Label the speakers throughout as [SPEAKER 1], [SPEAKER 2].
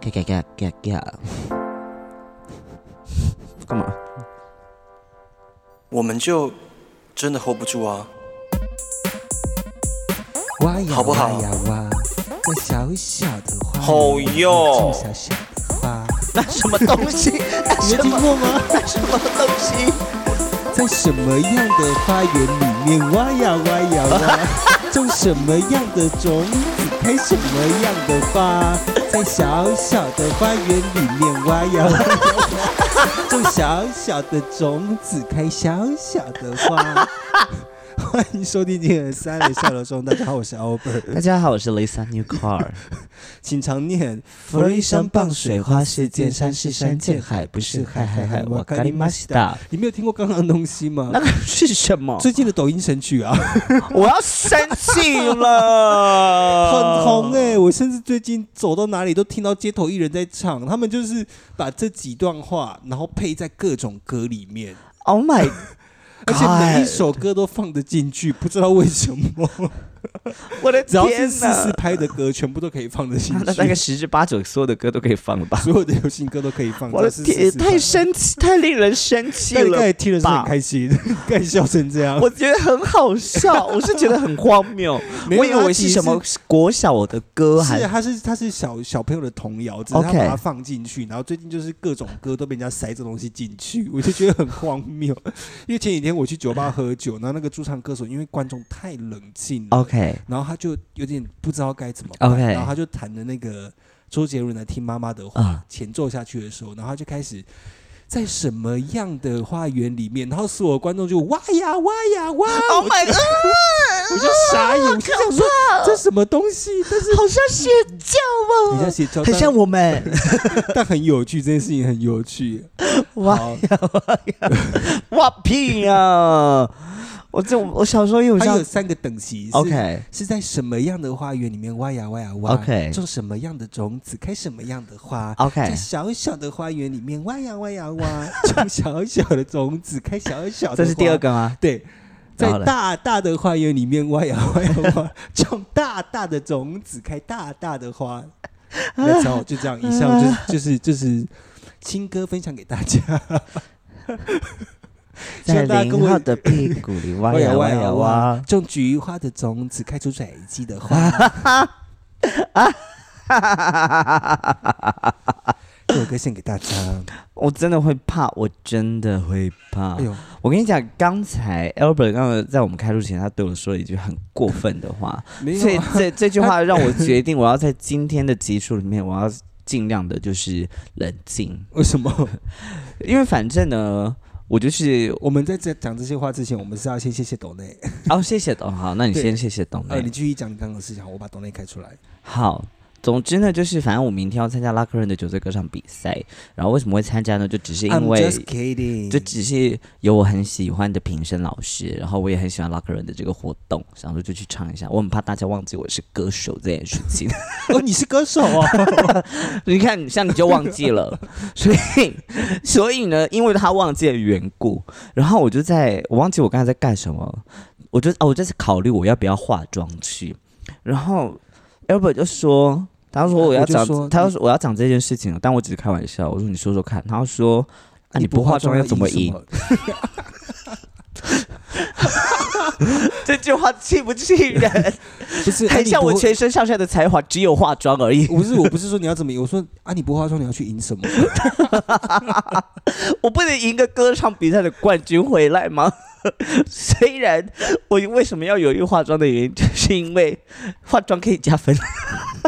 [SPEAKER 1] 嘎嘎嘎嘎 嘎，干嘛？
[SPEAKER 2] 我们就真的 hold 不住啊！
[SPEAKER 1] 挖呀
[SPEAKER 2] 好不好
[SPEAKER 1] 挖呀挖，那小小的花，
[SPEAKER 2] 好哟
[SPEAKER 1] 种小小的花，
[SPEAKER 3] 那什么东西？那
[SPEAKER 1] 你
[SPEAKER 3] 什
[SPEAKER 1] 没听
[SPEAKER 3] 么？
[SPEAKER 1] 过吗？
[SPEAKER 3] 那什么东西？
[SPEAKER 1] 在什么样的花园里面挖呀挖呀挖，种什么样的种子，开什么样的花，在小小的花园里面挖呀 挖呀挖，种小小的种子，开小小的花。欢迎收听《今天三人笑楼中》，大家好，我是 Albert，
[SPEAKER 3] 大家好，我是 Lisa New Car。
[SPEAKER 1] 请常念
[SPEAKER 3] 佛罗伊山傍水花是见山是山见海不是海海海我咖喱玛西达。
[SPEAKER 1] 你没有听过刚刚的东西吗
[SPEAKER 3] 那？个是什么？
[SPEAKER 1] 最近的抖音神曲啊，
[SPEAKER 3] 我要生气 了，
[SPEAKER 1] 很红哎、我甚至最近走到哪里都听到街头艺人在唱，他们就是把这几段话，然后配在各种歌里面，
[SPEAKER 3] Oh my！
[SPEAKER 1] 而且每一
[SPEAKER 3] God
[SPEAKER 1] 首歌都放得进去，不知道为什么，
[SPEAKER 3] 我的
[SPEAKER 1] 只要
[SPEAKER 3] 天
[SPEAKER 1] 是四
[SPEAKER 3] 哪
[SPEAKER 1] 四！拍的歌，全部都可以放得进
[SPEAKER 3] 那大概
[SPEAKER 1] 去，
[SPEAKER 3] 十之八九所有的歌都可以放了吧？
[SPEAKER 1] 所有的流行歌都可以放。
[SPEAKER 3] 我的
[SPEAKER 1] 只要是
[SPEAKER 3] 天，
[SPEAKER 1] 44拍
[SPEAKER 3] 太生气，太令人生气
[SPEAKER 1] 但你刚
[SPEAKER 3] 了。
[SPEAKER 1] 才听的时候很开心， 刚才笑成这样。
[SPEAKER 3] 我觉得很好笑，我是觉得很荒谬。
[SPEAKER 1] 没有啊
[SPEAKER 3] 我以为是什么？国小的歌
[SPEAKER 1] 他其实
[SPEAKER 3] 还
[SPEAKER 1] 是啊是，它是它是小小朋友的童谣，只是他
[SPEAKER 3] OK
[SPEAKER 1] 把它放进去，然后最近就是各种歌都被人家塞这东西进去，我就觉得很荒谬。 因为前几天我去酒吧喝酒，然后那个驻唱歌手因为观众太冷静了
[SPEAKER 3] OK
[SPEAKER 1] 然后他就有点不知道该怎么办
[SPEAKER 3] OK
[SPEAKER 1] 然后他就弹的那个周杰伦的《听妈妈的话》
[SPEAKER 3] 啊
[SPEAKER 1] 前奏下去的时候，然后他就开始在什么样的花园里面，然后所有观众就哇呀哇呀哇，
[SPEAKER 3] ？Oh my god！
[SPEAKER 1] 我就傻眼，我就想说这什么东西？但是
[SPEAKER 3] 好像邪教
[SPEAKER 1] 很像
[SPEAKER 3] 哦，
[SPEAKER 1] 邪教，
[SPEAKER 3] 很
[SPEAKER 1] 但
[SPEAKER 3] 像我们。
[SPEAKER 1] 但很有趣，这件事情很有趣。
[SPEAKER 3] 哇
[SPEAKER 1] 好，
[SPEAKER 3] 哇屁呀、我这我小时候也有
[SPEAKER 1] 它
[SPEAKER 3] 像
[SPEAKER 1] 有三个等级是
[SPEAKER 3] OK
[SPEAKER 1] 是在什么样的花园里面挖呀挖呀挖
[SPEAKER 3] OK
[SPEAKER 1] 种什么样的种子，开什么样的花
[SPEAKER 3] OK
[SPEAKER 1] 在小小的花园里面挖呀挖呀挖，种小小的种子，开小小的花。
[SPEAKER 3] 这是第二，个吗？
[SPEAKER 1] 对。
[SPEAKER 3] 然
[SPEAKER 1] 在
[SPEAKER 3] 后嘞
[SPEAKER 1] 大大的花园里面挖呀挖呀挖， 种大大的种子，开大大的花。 那好，就这样，以上就是就是就是新歌分享给大 家。希
[SPEAKER 3] 在
[SPEAKER 1] 望大家跟
[SPEAKER 3] 零
[SPEAKER 1] 我
[SPEAKER 3] 号的屁股里 挖呀挖呀挖，
[SPEAKER 1] 种菊花的种子开出转机的花。 这首歌献给大家。
[SPEAKER 3] 我真的会怕，我真的会怕。
[SPEAKER 1] 哎呦，
[SPEAKER 3] 我跟你讲，刚才 Albert 刚刚在我们开录前，他对我说了一句很过分的话，
[SPEAKER 1] 没
[SPEAKER 3] 所以
[SPEAKER 1] 有啊，
[SPEAKER 3] 这这句话让我决定，我要在今天的集数里面，我要尽量的就是冷静，
[SPEAKER 1] 为什么？
[SPEAKER 3] 因为反正呢，我就是
[SPEAKER 1] 我们在这讲这些话之前，我们是要先谢谢董内。
[SPEAKER 3] 哦，谢谢董，好，那你
[SPEAKER 1] 对
[SPEAKER 3] 先谢谢董
[SPEAKER 1] 呃，
[SPEAKER 3] 磊
[SPEAKER 1] 你继续讲你刚刚的事情，好我把董内开出来。
[SPEAKER 3] 好，总之呢，就是反正我明天要参加拉克人的九岁歌唱比赛，然后为什么会参加呢？就只是
[SPEAKER 1] I'm
[SPEAKER 3] 因为
[SPEAKER 1] just kidding，
[SPEAKER 3] 这只是有我很喜欢的评审老师，然后我也很喜欢拉克人的这个活动，想说就去唱一下。我很怕大家忘记我是歌手这件事情，
[SPEAKER 1] 哦，你是歌手哦。
[SPEAKER 3] 你看，像你就忘记了，所以所以呢，因为他忘记的缘故，然后我就在我忘记我刚才在干什么，我就哦，我就是考虑我要不要化妆去，然后 Albert 就说，他说我要
[SPEAKER 1] 我就
[SPEAKER 3] 讲
[SPEAKER 1] 说，
[SPEAKER 3] 他说我要讲这件事情，但我只是开玩笑，我说你说说看，他说。那、 你不化妆要怎么赢？？ 这句话气不气人？
[SPEAKER 1] 不是，啊
[SPEAKER 3] 很
[SPEAKER 1] 你
[SPEAKER 3] 像
[SPEAKER 1] 不
[SPEAKER 3] 我
[SPEAKER 1] 化
[SPEAKER 3] 全身上下的才华只有化妆而已。
[SPEAKER 1] 不是，我不是说你要怎么赢，我 说啊，你不化妆你要去赢什么？
[SPEAKER 3] 我不能赢个歌唱比赛的冠军回来吗？ 虽然我为什么要有意化妆的原因，就是因为化妆可以加分，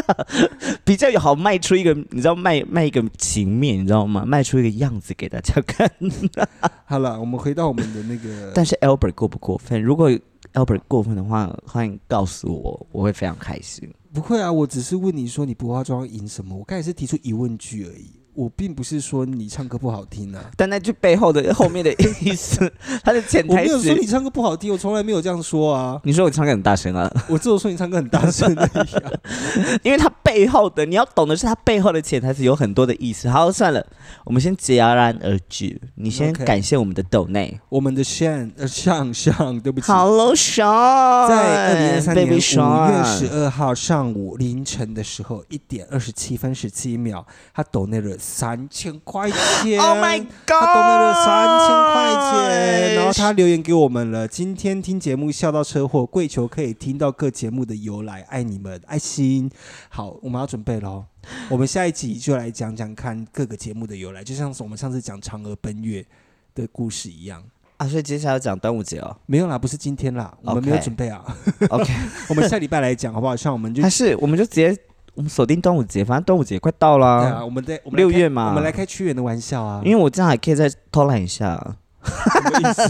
[SPEAKER 3] 比较有好卖出一个，你知道卖卖一个情面，你知道吗？卖出一个样子给大家看。
[SPEAKER 1] 好了，我们回到我们的那个，
[SPEAKER 3] 但是 Albert 过不过分？如果 Albert 过分的话，欢迎告诉我，我会非常开心。
[SPEAKER 1] 不会啊，我只是问你说你不化妆要赢什么？我刚才是提出疑问句而已，我并不是说你唱歌不好听啊。
[SPEAKER 3] 但那句背后的后面的意思，它的潜
[SPEAKER 1] 我
[SPEAKER 3] 台
[SPEAKER 1] 没有说
[SPEAKER 3] 词
[SPEAKER 1] 你。唱歌不好听，我从来没有这样说啊
[SPEAKER 3] 。你说我唱歌很大声啊，
[SPEAKER 1] 我只有说你唱歌很大声而已、啊。
[SPEAKER 3] 因为它背背后的，你要懂的是它背后的潜台词有很多的意思。好，算了，我们先戛然而止。你先
[SPEAKER 1] OK
[SPEAKER 3] 感谢我们的豆内
[SPEAKER 1] 我们的 Sean 呃 Sean Sean，对不起。
[SPEAKER 3] ，Hello Sean，
[SPEAKER 1] 在二零二三年
[SPEAKER 3] Baby
[SPEAKER 1] 五月
[SPEAKER 3] Sean
[SPEAKER 1] 十二号上午凌晨的时候，一点二十七分十七秒，他抖内了三千块钱。
[SPEAKER 3] Oh my god！
[SPEAKER 1] 他抖内了三千块钱，然后他留言给我们了。今天听节目笑到车祸，跪求可以听到各节目的由来，爱你们，爱心。好，我们要准备 喽。我们下一集就来讲讲看各个节目的由来，就像是我们上次讲嫦娥奔月的故事一样。
[SPEAKER 3] 啊，所以接下来要讲端午节哦。
[SPEAKER 1] 没有啦，不是今天啦，我们没有
[SPEAKER 3] OK
[SPEAKER 1] 准备啊。
[SPEAKER 3] OK，
[SPEAKER 1] 我们下礼拜来讲好不好？像我 们就
[SPEAKER 3] 还是我们就直接我们锁定端午节，反正端午节快到了
[SPEAKER 1] 对
[SPEAKER 3] 啊、
[SPEAKER 1] 啊，我们在我们来
[SPEAKER 3] 六
[SPEAKER 1] 开
[SPEAKER 3] 月嘛
[SPEAKER 1] 我们来开屈原的玩笑啊，
[SPEAKER 3] 因为我这样还可以再偷懒一下。？
[SPEAKER 1] 什么意 思？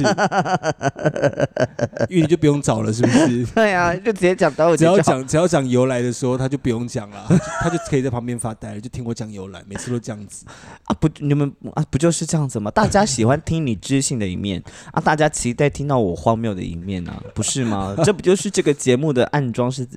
[SPEAKER 1] 玉你就不用找了，是不是
[SPEAKER 3] 对啊，就直接讲 端午
[SPEAKER 1] 只
[SPEAKER 3] 节就
[SPEAKER 1] 要
[SPEAKER 3] 好。
[SPEAKER 1] 讲只要讲由来的时候，他就不用讲了，他就他就可以在旁边发呆了，就听我讲由来，每次都这样 子。
[SPEAKER 3] 啊，不，你们啊，不就是这样子吗？大家喜欢听你知性的一面啊，大家期待听到我荒谬的一面啊，不是吗？这不就是这个节目的暗装是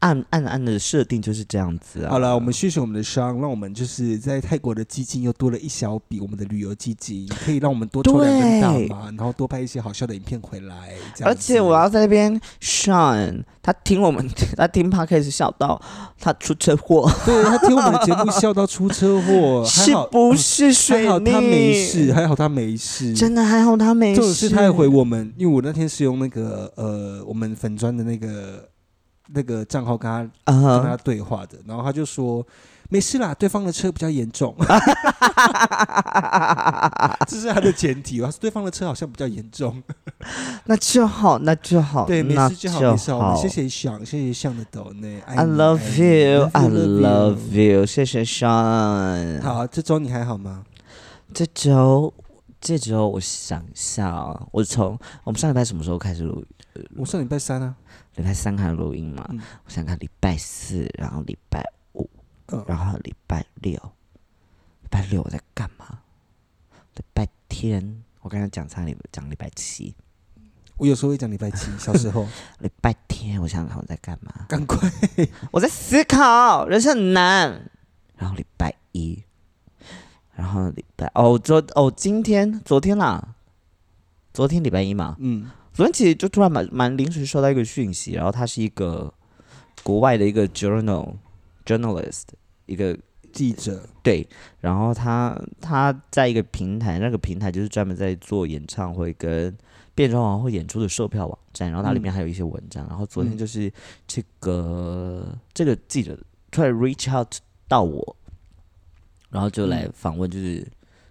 [SPEAKER 3] 暗暗暗的设定就是这样子啊。
[SPEAKER 1] 好了，我们叙述我们的伤，让我们就是在泰国的基金又多了一小笔，我们的旅游基金可以让我们多抽两根大
[SPEAKER 3] 对
[SPEAKER 1] 麻，然后多拍一些好笑的影片回来。这样
[SPEAKER 3] 而
[SPEAKER 1] 子
[SPEAKER 3] 且我要在那边 Sean，他听我们他听 podcast 笑到他出车祸，
[SPEAKER 1] 对他听我们的节目笑到出车祸，哦还
[SPEAKER 3] 是
[SPEAKER 1] 好嗯
[SPEAKER 3] 不是水
[SPEAKER 1] 还
[SPEAKER 3] 逆？
[SPEAKER 1] 好他没事，，还好他没事，
[SPEAKER 3] 真的还好他没事。
[SPEAKER 1] 重点是他还回我们，因为我那天是用那个呃我们粉砖的那个那个账号跟他
[SPEAKER 3] 啊
[SPEAKER 1] 跟
[SPEAKER 3] 哈
[SPEAKER 1] 他对话的，然后他就说没事啦，对方的车比较严重， 这是他的前提哦。他说对方的车好像比较严重，
[SPEAKER 3] 那就好，那就好，
[SPEAKER 1] 对，没
[SPEAKER 3] 哦那
[SPEAKER 1] 事就好，
[SPEAKER 3] 就
[SPEAKER 1] 没事好。我们谢谢想，谢谢想的抖内
[SPEAKER 3] I love you, I love you，谢谢 Sean。
[SPEAKER 1] 好，这周你还好吗？
[SPEAKER 3] 这周，这周我想一下啊，我从我们上礼拜什么时候开始录？
[SPEAKER 1] 我上礼拜三啊，
[SPEAKER 3] 礼拜三开始录音嘛？
[SPEAKER 1] 嗯
[SPEAKER 3] 我想看礼拜四，然后礼拜五，
[SPEAKER 1] 嗯
[SPEAKER 3] 然后礼拜六，礼拜六我在干嘛？礼拜天，我刚才讲差礼讲礼拜七，
[SPEAKER 1] 我有时候会讲礼拜七，小 时候，
[SPEAKER 3] 礼拜天我想想看我在干嘛？
[SPEAKER 1] 赶快。
[SPEAKER 3] 我在思考，人生很难。然后礼拜一，然后礼拜哦昨哦今天昨天啦，昨天礼拜一嘛，
[SPEAKER 1] 嗯，
[SPEAKER 3] 昨天其实就突然蛮蛮临时收到一个讯息，然后他是一个国外的一个 journal journalist 一个
[SPEAKER 1] 记者，
[SPEAKER 3] 对，然后他他在一个平台，那个平台就是专门在做演唱会跟变装皇后演出的售票网站，然后它里
[SPEAKER 1] 嗯
[SPEAKER 3] 面还有一些文章。然后昨
[SPEAKER 1] 嗯
[SPEAKER 3] 天就是这个、这个记者突然 reach out 到我，然后就来
[SPEAKER 1] 嗯
[SPEAKER 3] 访问，就是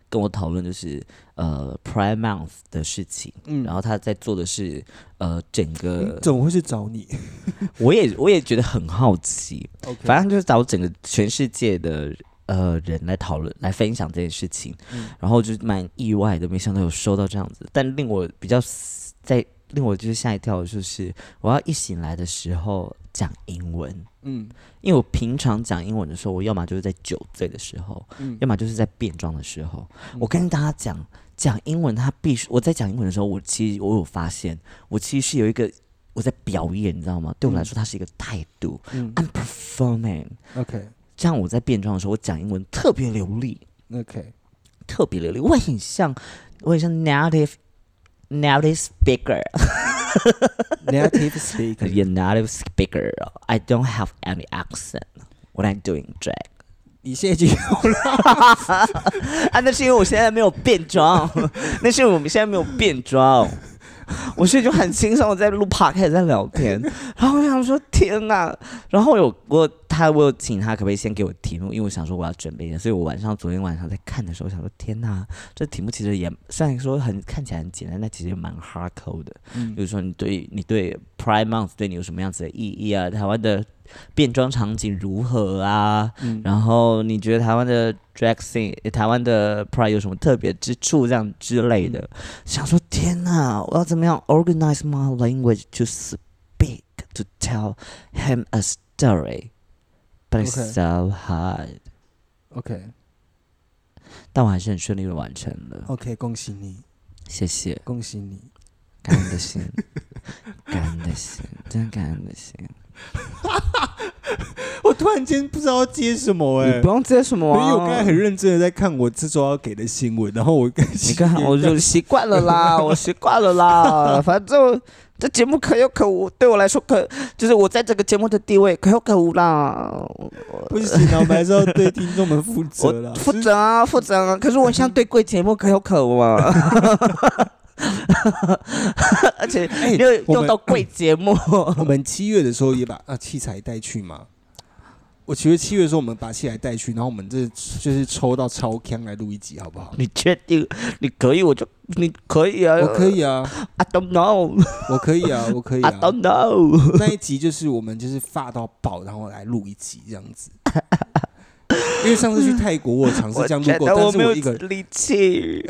[SPEAKER 3] 跟我讨论就是呃 Prime Month 的事情。
[SPEAKER 1] 嗯
[SPEAKER 3] 然后他在做的是呃整
[SPEAKER 1] 嗯
[SPEAKER 3] 个，
[SPEAKER 1] 怎么会去找你
[SPEAKER 3] 我也我也觉得很好奇，
[SPEAKER 1] ？OK，
[SPEAKER 3] 反正就是找整个全世界的呃人来讨论、来分享这件事情，
[SPEAKER 1] 嗯
[SPEAKER 3] 然后就是蛮意外的，没想到有收到这样子。但令我比较 s- 在令我就是吓一跳，的就是我要一醒来的时候讲英文，
[SPEAKER 1] 嗯
[SPEAKER 3] 因为我平常讲英文的时候，我要么就是在酒醉的时候，
[SPEAKER 1] 嗯
[SPEAKER 3] 要么就是在变装的时候。
[SPEAKER 1] 嗯
[SPEAKER 3] 我跟大家讲，讲英文它必须我在讲英文的时候，我其实我有发现，我其实是有一个我在表演，你知道吗？对我来
[SPEAKER 1] 嗯
[SPEAKER 3] 说，它是一个态度。
[SPEAKER 1] 嗯
[SPEAKER 3] I'm performing。
[SPEAKER 1] ，OK
[SPEAKER 3] 这样我在变装的时候，我讲英文特别流利，
[SPEAKER 1] OK，
[SPEAKER 3] 特别流利，我很像，我很像 native native speaker，
[SPEAKER 1] Native speaker.
[SPEAKER 3] a native speaker. I don't have any accent when I'm doing drag.
[SPEAKER 1] 你现 在就
[SPEAKER 3] 啊，那是因为我现在没有变装，那是因为我们现在没有变装。我是就很轻松，我在录 p o d 在聊天，然后我想说天哪，然后我有我他我有请他可不可以先给我题目，因为我想说我要准备一下，所以我晚上昨天晚上在看的时候，我想说天哪，这题目其实也虽然说很看起来很简单，但其实蛮 hardcore 的。
[SPEAKER 1] 嗯
[SPEAKER 3] 比如说你对你对 Prime Month 对你有什么样子的意义啊？台湾的变装场景如何啊？
[SPEAKER 1] 嗯
[SPEAKER 3] 然后你觉得台湾的 drag scene，呃台湾的 pride 有什么特别之处，这样之类的？想说天哪，我要怎么样 organize my language to speak to tell him a story, but it's
[SPEAKER 1] OK
[SPEAKER 3] so hard。
[SPEAKER 1] OK
[SPEAKER 3] 但我还是很顺利的完成了，
[SPEAKER 1] OK，恭喜你，
[SPEAKER 3] 谢谢，
[SPEAKER 1] 恭喜你。
[SPEAKER 3] 感恩的心，感恩的心，真的感恩的心。
[SPEAKER 1] 我突然间不知道要接什么哎、
[SPEAKER 3] 你不用接什么、
[SPEAKER 1] 因为
[SPEAKER 3] 啊，
[SPEAKER 1] 我刚才很认真的在看我这周要给的新闻，然后我跟
[SPEAKER 3] 你看， 我就习惯了啦，我习惯了啦。反正这节目可有可无，对我来说可就是我在这个节目的地位可有可无啦。
[SPEAKER 1] 不行啊，我们还是要对听众们负责啦
[SPEAKER 3] 我。负责啊，负责啊。可是我像对贵节目可有可无啊。 而且
[SPEAKER 1] 哎
[SPEAKER 3] 又
[SPEAKER 1] 我
[SPEAKER 3] 又
[SPEAKER 1] 们
[SPEAKER 3] 到贵节目，
[SPEAKER 1] 我们七月的时候也把啊器材带去嘛。我其实七月的时候我们把器材带去，然后我们这就是抽到超强来录一集，好不好？
[SPEAKER 3] 你确定你可以我就你可以啊，
[SPEAKER 1] 我可。以啊，
[SPEAKER 3] I don't know,
[SPEAKER 1] 我可以啊，我可以
[SPEAKER 3] I
[SPEAKER 1] 啊。
[SPEAKER 3] don't know。
[SPEAKER 1] 那一集就是我们就是发到爆，然后来录一集这样子。因为上次去泰国，我有尝试
[SPEAKER 3] 我
[SPEAKER 1] 这样
[SPEAKER 3] 觉
[SPEAKER 1] 录过，
[SPEAKER 3] 得
[SPEAKER 1] 但是
[SPEAKER 3] 没有
[SPEAKER 1] 我一个人
[SPEAKER 3] 力 气，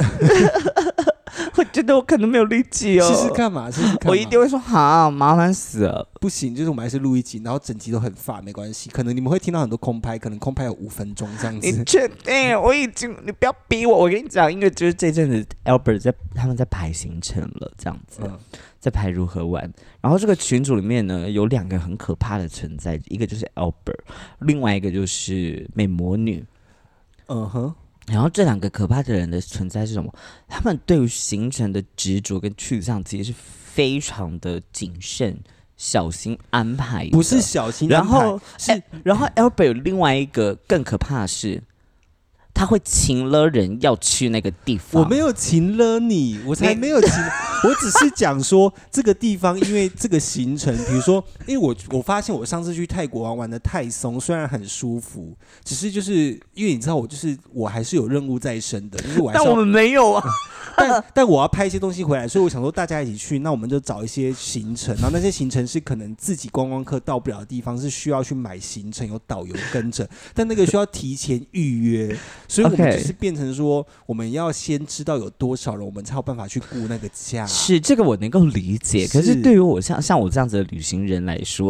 [SPEAKER 3] 我觉得我可能没有力气哦。
[SPEAKER 1] 试试看嘛，试试看嘛。
[SPEAKER 3] 我一定会说好，麻烦死了。
[SPEAKER 1] 不行，就是我们还是录一集，然后整集都很发，没关系。可能你们会听到很多空拍，可能空拍有五分钟这样
[SPEAKER 3] 你
[SPEAKER 1] 子。
[SPEAKER 3] 确定？我已经，你不要逼我。我跟你讲，因为就是这阵子 Albert 在他们在排行程了，这样子、
[SPEAKER 1] 嗯
[SPEAKER 3] 在排如何玩。然后这个群组里面呢，有两个很可怕的存在，一个就是 Albert，另外一个就是美魔女。
[SPEAKER 1] 嗯哼，
[SPEAKER 3] 然后这两个可怕的人的存在是什么？他们对于行程的执着跟去向，其实是非常的谨慎、小心安排的。
[SPEAKER 1] 不是小心安
[SPEAKER 3] 然
[SPEAKER 1] 排，
[SPEAKER 3] 后
[SPEAKER 1] 是、
[SPEAKER 3] 哎然后 Albert 有另外一个更可怕的是，他会请了人要去那个地方。
[SPEAKER 1] 我没有擒了你，我才
[SPEAKER 3] 你
[SPEAKER 1] 没有擒，我只是讲说这个地方，因为这个行程，比如说，因为我我发现我上次去泰国玩玩的太松，虽然很舒服，只是就是因为你知道我就是我还是有任务在身的，就是我还
[SPEAKER 3] 但
[SPEAKER 1] 是
[SPEAKER 3] 我
[SPEAKER 1] 要
[SPEAKER 3] 们没有啊，
[SPEAKER 1] 但但我要拍一些东西回来，所以我想说大家一起去，那我们就找一些行程，然后那些行程是可能自己观光客到不了的地方，是需要去买行程，有导游跟着，但那个需要提前预 约，所以我们
[SPEAKER 3] OK
[SPEAKER 1] 就是变成说，我们要先知道有多少人，我们才有办法去估那个价。
[SPEAKER 3] 是这个我能够理解。可是
[SPEAKER 1] 是
[SPEAKER 3] 对于我像像我这样子的旅行人来说，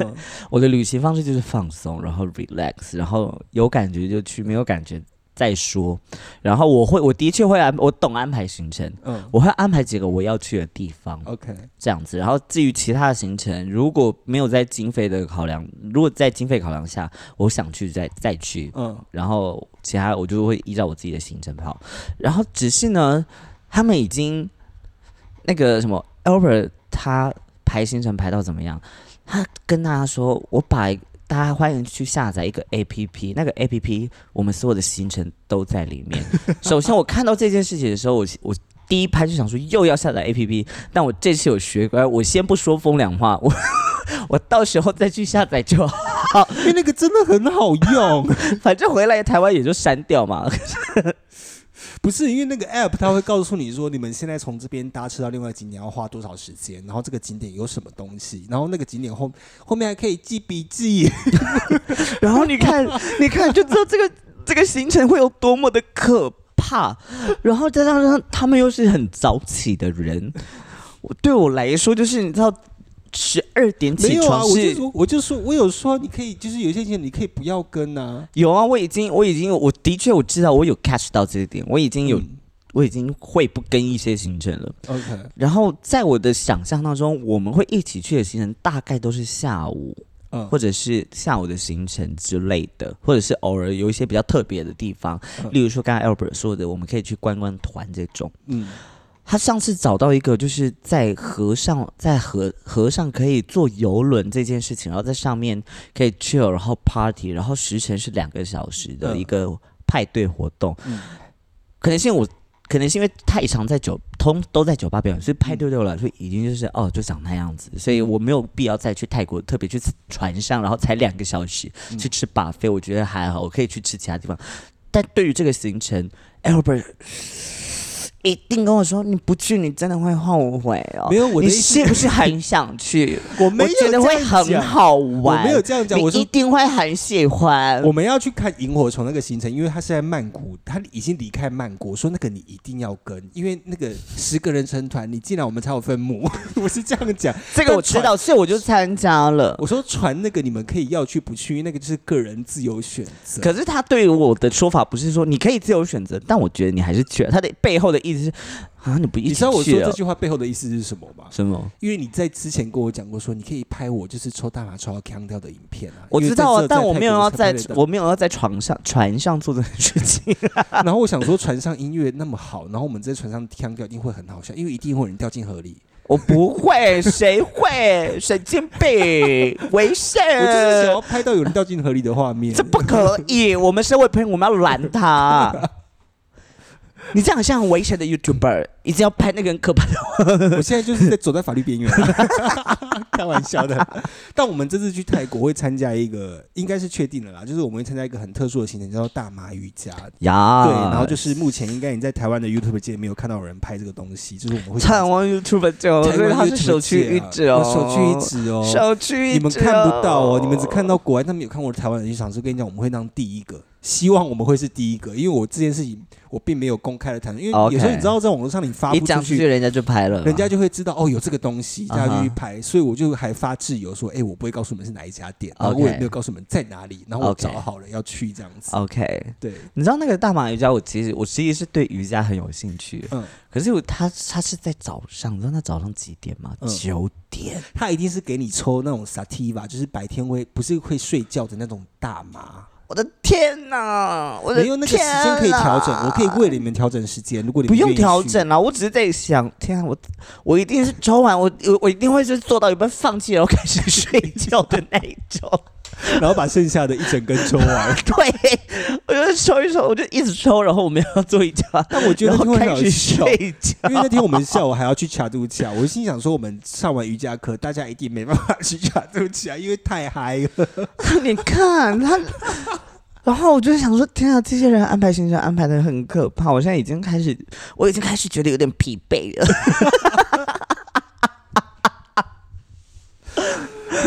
[SPEAKER 1] 嗯，
[SPEAKER 3] 我的旅行方式就是放松，然后 relax，然后有感觉就去，没有感觉再说。然后我会，我的确会安，我懂安排行程，
[SPEAKER 1] 嗯
[SPEAKER 3] 我会安排几个我要去的地方。
[SPEAKER 1] ，OK，
[SPEAKER 3] 这样子。然后至于其他的行程，如果没有在经费的考量，如果在经费考量下，我想去再再去，
[SPEAKER 1] 嗯，
[SPEAKER 3] 然后其他我就会依照我自己的行程跑。然后只是呢，他们已经那个什么 Albert 他排行程排到怎么样？他跟大家说，我把大家欢迎去下载一个 A P P，那个 A P P 我们所有的行程都在里面。首先我看到这件事情的时候，我我。第一拍就想说又要下载 A P P，但我这次有学乖，我先不说风凉话，我 我到时候再去下载就好
[SPEAKER 1] 因为那个真的很好用，
[SPEAKER 3] 反正回来台湾也就删掉嘛。
[SPEAKER 1] 不是因为那个 app 它会告诉你说，你们现在从这边搭车到另外一个景点要花多少时间，然后这个景点有什么东西，然后那个景点后后面还可以记笔 记。
[SPEAKER 3] 然 后你看，你看，就知道这个这个行程会有多么的可怕。然后再加上他们又是很早起的人，我对我来说就是你知道，十二点
[SPEAKER 1] 没
[SPEAKER 3] 起
[SPEAKER 1] 有啊，
[SPEAKER 3] 床。
[SPEAKER 1] 我就是说，我就说，我有说你可以，就是有些钱你可以不要跟呐、
[SPEAKER 3] 有啊，我已经，我已经，我的确我知道，我有 catch 到这一点，我已经有，
[SPEAKER 1] 嗯
[SPEAKER 3] 我已经会不跟一些行程了。
[SPEAKER 1] OK，
[SPEAKER 3] 然后在我的想象当中，我们会一起去的行程大概都是下午，
[SPEAKER 1] 嗯，
[SPEAKER 3] 或者是下午的行程之类的，或者是偶尔有一些比较特别的地方，
[SPEAKER 1] 嗯
[SPEAKER 3] 例如说刚才 Albert 说的，我们可以去观光团这种。
[SPEAKER 1] 嗯，
[SPEAKER 3] 他上次找到一个就是在河上，在河河上可以坐游轮这件事情，然后在上面可以 chill，然后 party，然后时程是两个小时的
[SPEAKER 1] 嗯
[SPEAKER 3] 一个派对活动。
[SPEAKER 1] 嗯
[SPEAKER 3] 可能是因为我，可能是因为太常在酒通都在酒吧表演，所以派对对我来说已经就是哦就长那样子，
[SPEAKER 1] 嗯
[SPEAKER 3] 所以我没有必要再去泰国特别去船上，然后才两个小时
[SPEAKER 1] 嗯
[SPEAKER 3] 去吃 buffet，我觉得还好，我可以去吃其他地方。但对于这个行程，Albert 一定跟我说你不去，你真的会后悔哦。
[SPEAKER 1] 没有我的
[SPEAKER 3] 你
[SPEAKER 1] 意思
[SPEAKER 3] 是不是很想 去？
[SPEAKER 1] 我没
[SPEAKER 3] 我
[SPEAKER 1] 有
[SPEAKER 3] 觉得
[SPEAKER 1] 这
[SPEAKER 3] 会
[SPEAKER 1] 样
[SPEAKER 3] 很
[SPEAKER 1] 讲，
[SPEAKER 3] 好
[SPEAKER 1] 我
[SPEAKER 3] 玩，
[SPEAKER 1] 没有这样讲，
[SPEAKER 3] 你
[SPEAKER 1] 我
[SPEAKER 3] 一
[SPEAKER 1] 说。呃
[SPEAKER 3] 定会很喜欢。
[SPEAKER 1] 我们要去看萤火虫那个行程，因为它是在曼谷，它已经离开曼谷，说那个你一定要跟，因为那个十个人成团，你进来我们才有分母。 我是这样讲，
[SPEAKER 3] 这个我知道，所以我就参加了。
[SPEAKER 1] 我说船那个你们可以要去不去，因为那个就是个人自由选择。
[SPEAKER 3] 可是他对于我的说法不是说你可以自由选择，但我觉得你还是去了。他的背后的意意思是啊，你不一
[SPEAKER 1] 你
[SPEAKER 3] 起
[SPEAKER 1] 知道我说
[SPEAKER 3] 去啊
[SPEAKER 1] 这句话背后的意思是什么吗？
[SPEAKER 3] 什么？
[SPEAKER 1] 因为你在之前跟我讲过说，你可以拍我就是抽大麻抽到腔掉的影片啊。
[SPEAKER 3] 我
[SPEAKER 1] 因为
[SPEAKER 3] 知道啊
[SPEAKER 1] 这，
[SPEAKER 3] 但我没有要
[SPEAKER 1] 在
[SPEAKER 3] 在
[SPEAKER 1] 泰国才拍得， 到
[SPEAKER 3] 我没有要在床上、船上做这件事情。
[SPEAKER 1] 然后我想说，船上音乐那么好，然后我们在船上腔调一定会很好笑，因为一定会有人掉进河里。
[SPEAKER 3] 我不会，谁会？神经病，危险！
[SPEAKER 1] 我就是想要拍到有人掉进河里的画面
[SPEAKER 3] 呃这。不可以！我们身为朋友，我们要拦他。 你这样好像很危险的 YouTuber，一定要拍那个很可怕的。
[SPEAKER 1] 我现在就是在走在法律边缘，啊 开玩笑的。但我们这次去泰国会参加一个，应该是确定了啦，就是我们会参加一个很特殊的行程，叫做大麻瑜伽。
[SPEAKER 3] 呀
[SPEAKER 1] 对，然后就是目前应该你在台湾的 YouTube 界没有看到有人拍这个东西，就是我们会
[SPEAKER 3] 台湾 YouTuber 就，
[SPEAKER 1] 台
[SPEAKER 3] 所以他
[SPEAKER 1] 湾 YouTube
[SPEAKER 3] 是首屈一指
[SPEAKER 1] 界
[SPEAKER 3] 哦
[SPEAKER 1] 啊，，我首屈一指哦，
[SPEAKER 3] 首屈一指。
[SPEAKER 1] 你们看不到哦，你们只看到国外，但没有看过台湾的剧场。所以跟你讲，我们会当第一个，希望我们会是第一个，因为我这件事情我并没有公开的谈论，因为
[SPEAKER 3] OK
[SPEAKER 1] 有时候你知道，在网络上你发
[SPEAKER 3] 一
[SPEAKER 1] 不
[SPEAKER 3] 讲
[SPEAKER 1] 出
[SPEAKER 3] 出去，
[SPEAKER 1] 去。
[SPEAKER 3] 人家就拍了。
[SPEAKER 1] 人家就会知道哦，有这个东西，大家
[SPEAKER 3] 啊
[SPEAKER 1] 就
[SPEAKER 3] 哈
[SPEAKER 1] 去拍所以我就还发自由说，哎、我不会告诉你们是哪一家店，然后
[SPEAKER 3] OK
[SPEAKER 1] 我也没有告诉你们在哪里，然后我
[SPEAKER 3] OK
[SPEAKER 1] 找好了要去这样子。
[SPEAKER 3] OK，
[SPEAKER 1] 对，
[SPEAKER 3] 你知道那个大马瑜伽，我其实我其实是对瑜伽很有兴趣，
[SPEAKER 1] 嗯
[SPEAKER 3] 可是我他他是在早上，你知道那早上几点吗？
[SPEAKER 1] 嗯
[SPEAKER 3] 九、点。
[SPEAKER 1] 他一定是给你抽那种 sativa，就是白天会不是会睡觉的那种大麻，
[SPEAKER 3] 我的天哪！我的
[SPEAKER 1] 没有那个时间可以调整，
[SPEAKER 3] 天哪啊
[SPEAKER 1] 我可以为了你们调整时间，如果你
[SPEAKER 3] 不
[SPEAKER 1] 们
[SPEAKER 3] 用
[SPEAKER 1] 愿意
[SPEAKER 3] 调
[SPEAKER 1] 去
[SPEAKER 3] 整啊，我只是在想，天啊，我我一定是抽完，我我我一定会是做到一半放弃，然后开始睡觉的那一 种。。
[SPEAKER 1] 然后把剩下的一整根抽完
[SPEAKER 3] 对，我就抽一抽，我就一直抽，然后我们要做瑜伽，
[SPEAKER 1] 但我觉得
[SPEAKER 3] 然
[SPEAKER 1] 那
[SPEAKER 3] 后
[SPEAKER 1] 天会
[SPEAKER 3] 开
[SPEAKER 1] 很好
[SPEAKER 3] 始
[SPEAKER 1] 笑，
[SPEAKER 3] 睡觉。
[SPEAKER 1] 因为那天我们下午还要去卡度假，我心想说我们上完瑜伽课，大家一定没办法去卡度假，因为太嗨了。
[SPEAKER 3] 你看他，然后我就想说，天啊，这些人安排行程安排的很可怕，我现在已经开始，我已经开始觉得有点疲惫了。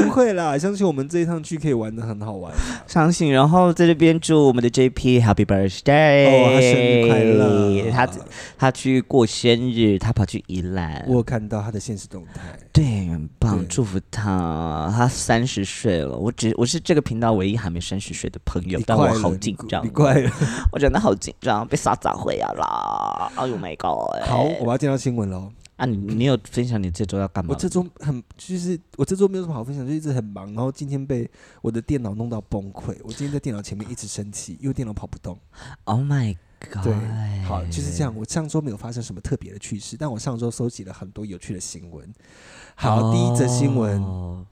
[SPEAKER 1] 不 会啦，相信我们这一趟去可以玩的很好玩。
[SPEAKER 3] 伤心，然后在这边祝我们的 JP Happy Birthday，
[SPEAKER 1] 哦，他生日快乐！
[SPEAKER 3] 哎他他去过生日，他跑去宜兰，
[SPEAKER 1] 我有看到他的现实动态，
[SPEAKER 3] 对，很棒，
[SPEAKER 1] 对
[SPEAKER 3] 祝福他，他三十岁了，我只我是这个频道唯一还没三十岁的朋友
[SPEAKER 1] 你，
[SPEAKER 3] 但
[SPEAKER 1] 快
[SPEAKER 3] 我
[SPEAKER 1] 了
[SPEAKER 3] 好
[SPEAKER 1] 你
[SPEAKER 3] 紧
[SPEAKER 1] 快
[SPEAKER 3] 张
[SPEAKER 1] 你，快 了。
[SPEAKER 3] 我真的好紧张，被撒掌回来啊啦！Oh my god！
[SPEAKER 1] 好，我要见到新闻喽。
[SPEAKER 3] 啊，你你有分享你这周要干嘛
[SPEAKER 1] 我
[SPEAKER 3] 吗？
[SPEAKER 1] 这周很就是我这周没有什么好分享，就一直很忙，然后今天被我的电脑弄到崩溃。我今天在电脑前面一直生气，因为电脑跑不动。
[SPEAKER 3] Oh my god！
[SPEAKER 1] 对，
[SPEAKER 3] 哎
[SPEAKER 1] 好，就是这样。我上周没有发生什么特别的趣事，但我上周搜集了很多有趣的新闻。好，第一则新闻，
[SPEAKER 3] 哦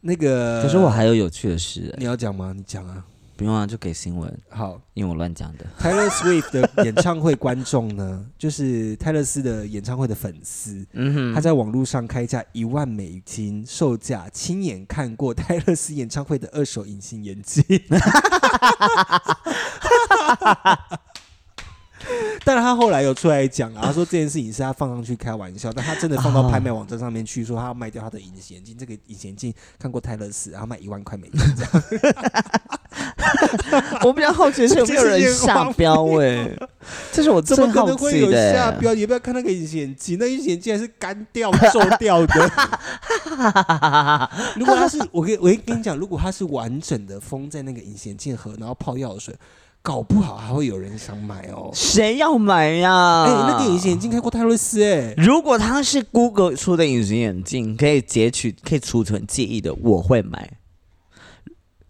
[SPEAKER 1] 那个
[SPEAKER 3] 可是我还有有趣的事，
[SPEAKER 1] 你要讲吗？你讲啊。
[SPEAKER 3] 不用啊，就给新闻，
[SPEAKER 1] 好
[SPEAKER 3] 因为我乱讲的。
[SPEAKER 1] ，Taylor Swift 的演唱会观众呢， 就是泰勒斯的演唱会的粉丝，
[SPEAKER 3] 嗯
[SPEAKER 1] 他
[SPEAKER 3] 哼，
[SPEAKER 1] 在网络上开价一万美金售价，亲眼看过 泰勒斯演唱会的二手隐形眼镜。 但是他后来有出来讲啊，他说这件事情是他放上去开玩笑，但他真的放到拍卖网站上面去，说他要卖掉他的隐形眼镜，这个隐形眼镜看过泰勒斯，然后卖一万块美金这样。
[SPEAKER 3] 我比较好奇的是有没有人下标哎、 这是我
[SPEAKER 1] 怎
[SPEAKER 3] 最
[SPEAKER 1] 么可
[SPEAKER 3] 好
[SPEAKER 1] 能会
[SPEAKER 3] 奇
[SPEAKER 1] 有
[SPEAKER 3] 的、
[SPEAKER 1] 下标？你要不要看那个隐形眼镜？那隐形眼镜还是干掉、皱 掉的。如果它是，我跟我跟你讲，如果它是完整的封在那个隐形眼镜盒，然后泡药水，搞不好还会有人想买哦。
[SPEAKER 3] 谁要买呀、
[SPEAKER 1] 哎、那个隐形眼镜开过泰勒斯哎、
[SPEAKER 3] 如果它是 Google 出的隐形眼镜，可以截取、可以储存记忆的，我会买。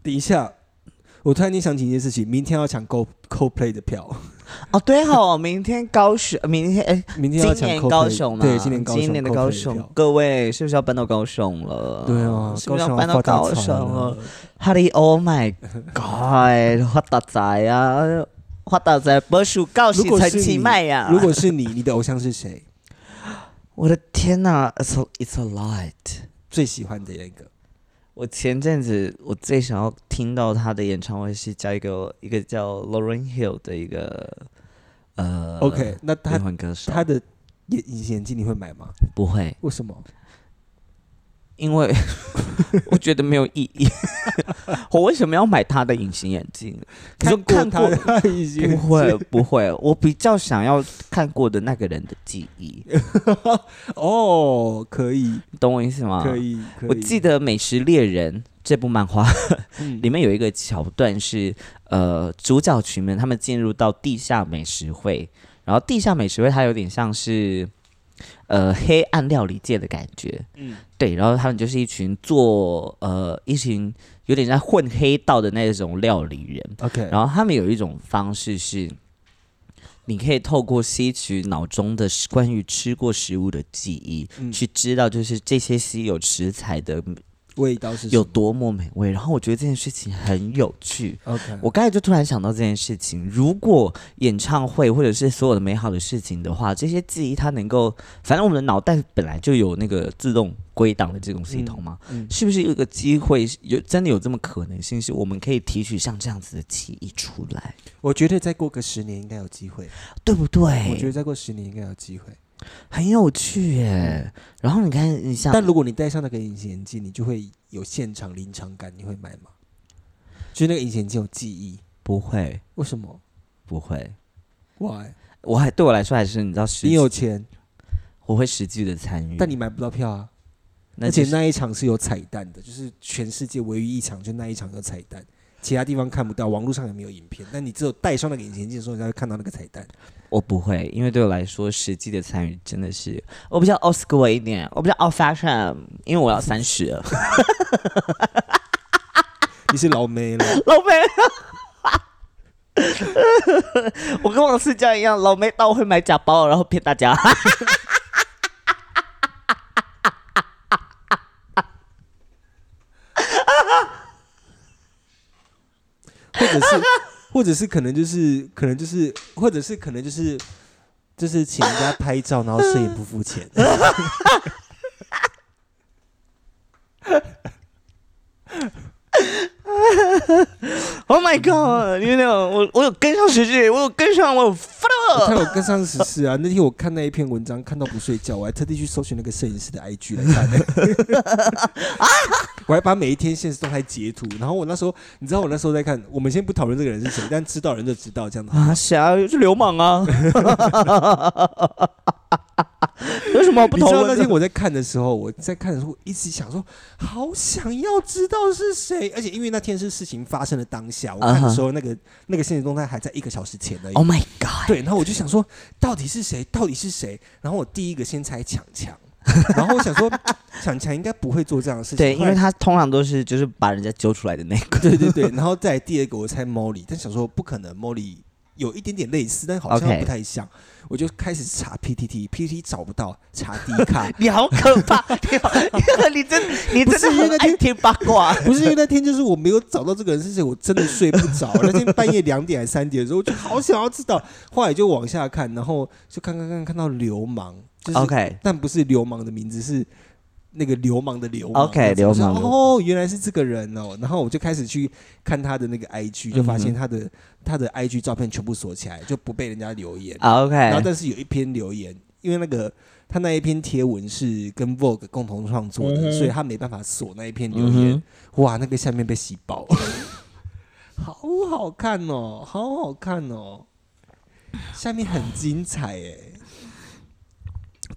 [SPEAKER 1] 等一下，我突然间想起一件事情，明天要抢 Go Co Play 的票，
[SPEAKER 3] 哦，对哦，明天高雄，明天哎，
[SPEAKER 1] 明天要
[SPEAKER 3] 今
[SPEAKER 1] 抢
[SPEAKER 3] 年
[SPEAKER 1] Coldplay-
[SPEAKER 3] 高雄嘛，
[SPEAKER 1] 对，今年高雄，
[SPEAKER 3] 今年的高雄，各位是不是要搬到高雄了？
[SPEAKER 1] 对啊，
[SPEAKER 3] 是不
[SPEAKER 1] 高
[SPEAKER 3] 是要
[SPEAKER 1] 雄
[SPEAKER 3] 搬到
[SPEAKER 1] 发大
[SPEAKER 3] 高
[SPEAKER 1] 财
[SPEAKER 3] 雄
[SPEAKER 1] 了
[SPEAKER 3] 了？哈利，Oh my God，发 大财啊！发大财，不属高
[SPEAKER 1] 如
[SPEAKER 3] 兴
[SPEAKER 1] 果
[SPEAKER 3] 成
[SPEAKER 1] 是
[SPEAKER 3] 气
[SPEAKER 1] 你
[SPEAKER 3] 脉呀！
[SPEAKER 1] 如果是你，你的偶像是谁？
[SPEAKER 3] 啊我的天哪，It's a, It's a light。
[SPEAKER 1] 最喜欢的那个？
[SPEAKER 3] 我前阵子我最想要听到他的演唱会是叫一个一个叫 Lauren Hill 的一个呃
[SPEAKER 1] OK，那
[SPEAKER 3] 灵
[SPEAKER 1] 他
[SPEAKER 3] 魂歌手，
[SPEAKER 1] 他的眼隐形眼镜你会买吗？
[SPEAKER 3] 不会，
[SPEAKER 1] 为什么？
[SPEAKER 3] 因 为我觉得没有意义。我为什么要买他的隐形眼镜？你说
[SPEAKER 1] 看
[SPEAKER 3] 看
[SPEAKER 1] 过
[SPEAKER 3] 过
[SPEAKER 1] 他的隐形
[SPEAKER 3] 不
[SPEAKER 1] 眼
[SPEAKER 3] 会不会，我比较想要看过的那个人的记忆，
[SPEAKER 1] 镜 哦，可以，
[SPEAKER 3] 你懂我意思吗？
[SPEAKER 1] 可以，可
[SPEAKER 3] 啊
[SPEAKER 1] 以。
[SPEAKER 3] 我记得《美食猎人》这部漫画
[SPEAKER 1] 嗯
[SPEAKER 3] 里面有一个桥段是，呃，主角群们他们进入到地下美食会，然后地下美食会它有点像是呃黑暗料理界的感觉，
[SPEAKER 1] 嗯，
[SPEAKER 3] 对，然后他们就是一群做呃一群有点像混黑道的那种料理人，
[SPEAKER 1] ，OK，
[SPEAKER 3] 然后他们有一种方式是，你可以透过吸取脑中的食关于吃过食物的记忆，
[SPEAKER 1] 嗯
[SPEAKER 3] 去知道就是这些稀有食材的
[SPEAKER 1] 味道是什
[SPEAKER 3] 有
[SPEAKER 1] 么
[SPEAKER 3] 多么美味。然后我觉得这件事情很有趣。
[SPEAKER 1] OK，
[SPEAKER 3] 我刚才就突然想到这件事情，如果演唱会或者是所有的美好的事情的话，这些记忆它能够，反正我们的脑袋本来就有那个自动归档的这种系统嘛，
[SPEAKER 1] 嗯嗯
[SPEAKER 3] 是不是有一个机会有真的有这么可能性，是我们可以提取像这样子的记忆出来？
[SPEAKER 1] 我觉得再过个十年应该有机会，
[SPEAKER 3] 对不对？
[SPEAKER 1] 我觉得再过十年应该有机会。
[SPEAKER 3] 很有趣耶。然后你看，你像
[SPEAKER 1] 嗯但如果你戴上那个隐形眼镜，你就会有现场临场感，你会买吗？就是那个隐形眼镜有记忆，
[SPEAKER 3] 不会
[SPEAKER 1] 为什么
[SPEAKER 3] 不会，
[SPEAKER 1] ？Why？
[SPEAKER 3] 我还对我来说还是嗯你知道实际，
[SPEAKER 1] 你有钱，
[SPEAKER 3] 我会实际的参与，
[SPEAKER 1] 但你买不到票啊。
[SPEAKER 3] 那
[SPEAKER 1] 而
[SPEAKER 3] 就
[SPEAKER 1] 且
[SPEAKER 3] 是
[SPEAKER 1] 那一场是有彩蛋的，就是全世界唯一一场，就那一场有彩蛋，其他地方看不到，网络上也没有影片。但你只有戴上那个隐形眼镜的时候，你才会看到那个彩蛋。
[SPEAKER 3] 我不会，因为对我来说实际的参与真的是我比较 old school 一点，我比较 old fashion，因为我要三十了，
[SPEAKER 1] 你 是老妹了，
[SPEAKER 3] 老妹。 我跟王思佳一样，老妹到会买假包，然后骗大 家。
[SPEAKER 1] 或者是， 或者是可能就是，可能就是，或者是可能就是，就是请人家拍照，然后摄影不付钱。
[SPEAKER 3] Oh my god！因为那种我我有跟上时事，我有跟上，我有 follow。
[SPEAKER 1] 他有 跟上时事啊！那天我看那一篇文章，看到不睡觉，我还特地去搜寻那个摄影师的 IG 来看、 我还把每一天现实动态截图。然后我那时候，你知道我那时候在看，我们先不讨论这个人是谁，但知道人就知道这样子。
[SPEAKER 3] 啊，谁啊？是流氓啊！有什么不
[SPEAKER 1] 你知
[SPEAKER 3] 同
[SPEAKER 1] 道那
[SPEAKER 3] 的
[SPEAKER 1] 天？我在看的时候，我在看的时候，我一直想说，好想要知道是谁。而且因为那天是事情发生的当下，我看的时候，那个、那个现实动态还在一个小时前而 已。
[SPEAKER 3] Oh my god！
[SPEAKER 1] 对，然后我就想说，到底是谁？到底是谁？然后我第一个先猜强强，然后我想说， 强强应该不会做这样的事情。
[SPEAKER 3] 对，因为
[SPEAKER 1] 后来
[SPEAKER 3] 他通常都是就是把人家揪出来的那个。
[SPEAKER 1] 对对对，然后再来第二个我猜 Molly，但想说不可能，Molly 有一点点类似，但好像
[SPEAKER 3] OK。
[SPEAKER 1] 不太像。我就开始查 PTT，PTT 找不到，查 D 卡
[SPEAKER 3] 你好可怕！你好，你真你
[SPEAKER 1] 不
[SPEAKER 3] 真
[SPEAKER 1] 是
[SPEAKER 3] 的
[SPEAKER 1] 因为
[SPEAKER 3] 很
[SPEAKER 1] 那
[SPEAKER 3] 爱
[SPEAKER 1] 天
[SPEAKER 3] 听八 卦。
[SPEAKER 1] 不是因为那天就是我没有找到这个人是谁，我真的睡不 着。那天半夜两点还三点的时候，我就好想要知道。后来就往下看，然后就看看看看到流氓，就是但不是流氓的名字，是那个流氓的流氓。
[SPEAKER 3] OK，
[SPEAKER 1] 这样子
[SPEAKER 3] 流氓
[SPEAKER 1] 我说哦，原来是这个人哦。然后我就开始去看他的那个
[SPEAKER 3] 嗯
[SPEAKER 1] IG，就发现他的、他的 IG 照片全部锁起来，就不被人家留言。
[SPEAKER 3] 啊
[SPEAKER 1] 然后
[SPEAKER 3] OK，OK，
[SPEAKER 1] 但是有一篇留言，因为那个他那一篇贴文是跟 Vogue 共同创作的，
[SPEAKER 3] 嗯哼
[SPEAKER 1] 所以他没办法锁那一篇留
[SPEAKER 3] 嗯
[SPEAKER 1] 言。
[SPEAKER 3] 哼，
[SPEAKER 1] 哇，那个下面被洗爆， 好好看哦，好好看哦，下面很精彩哎。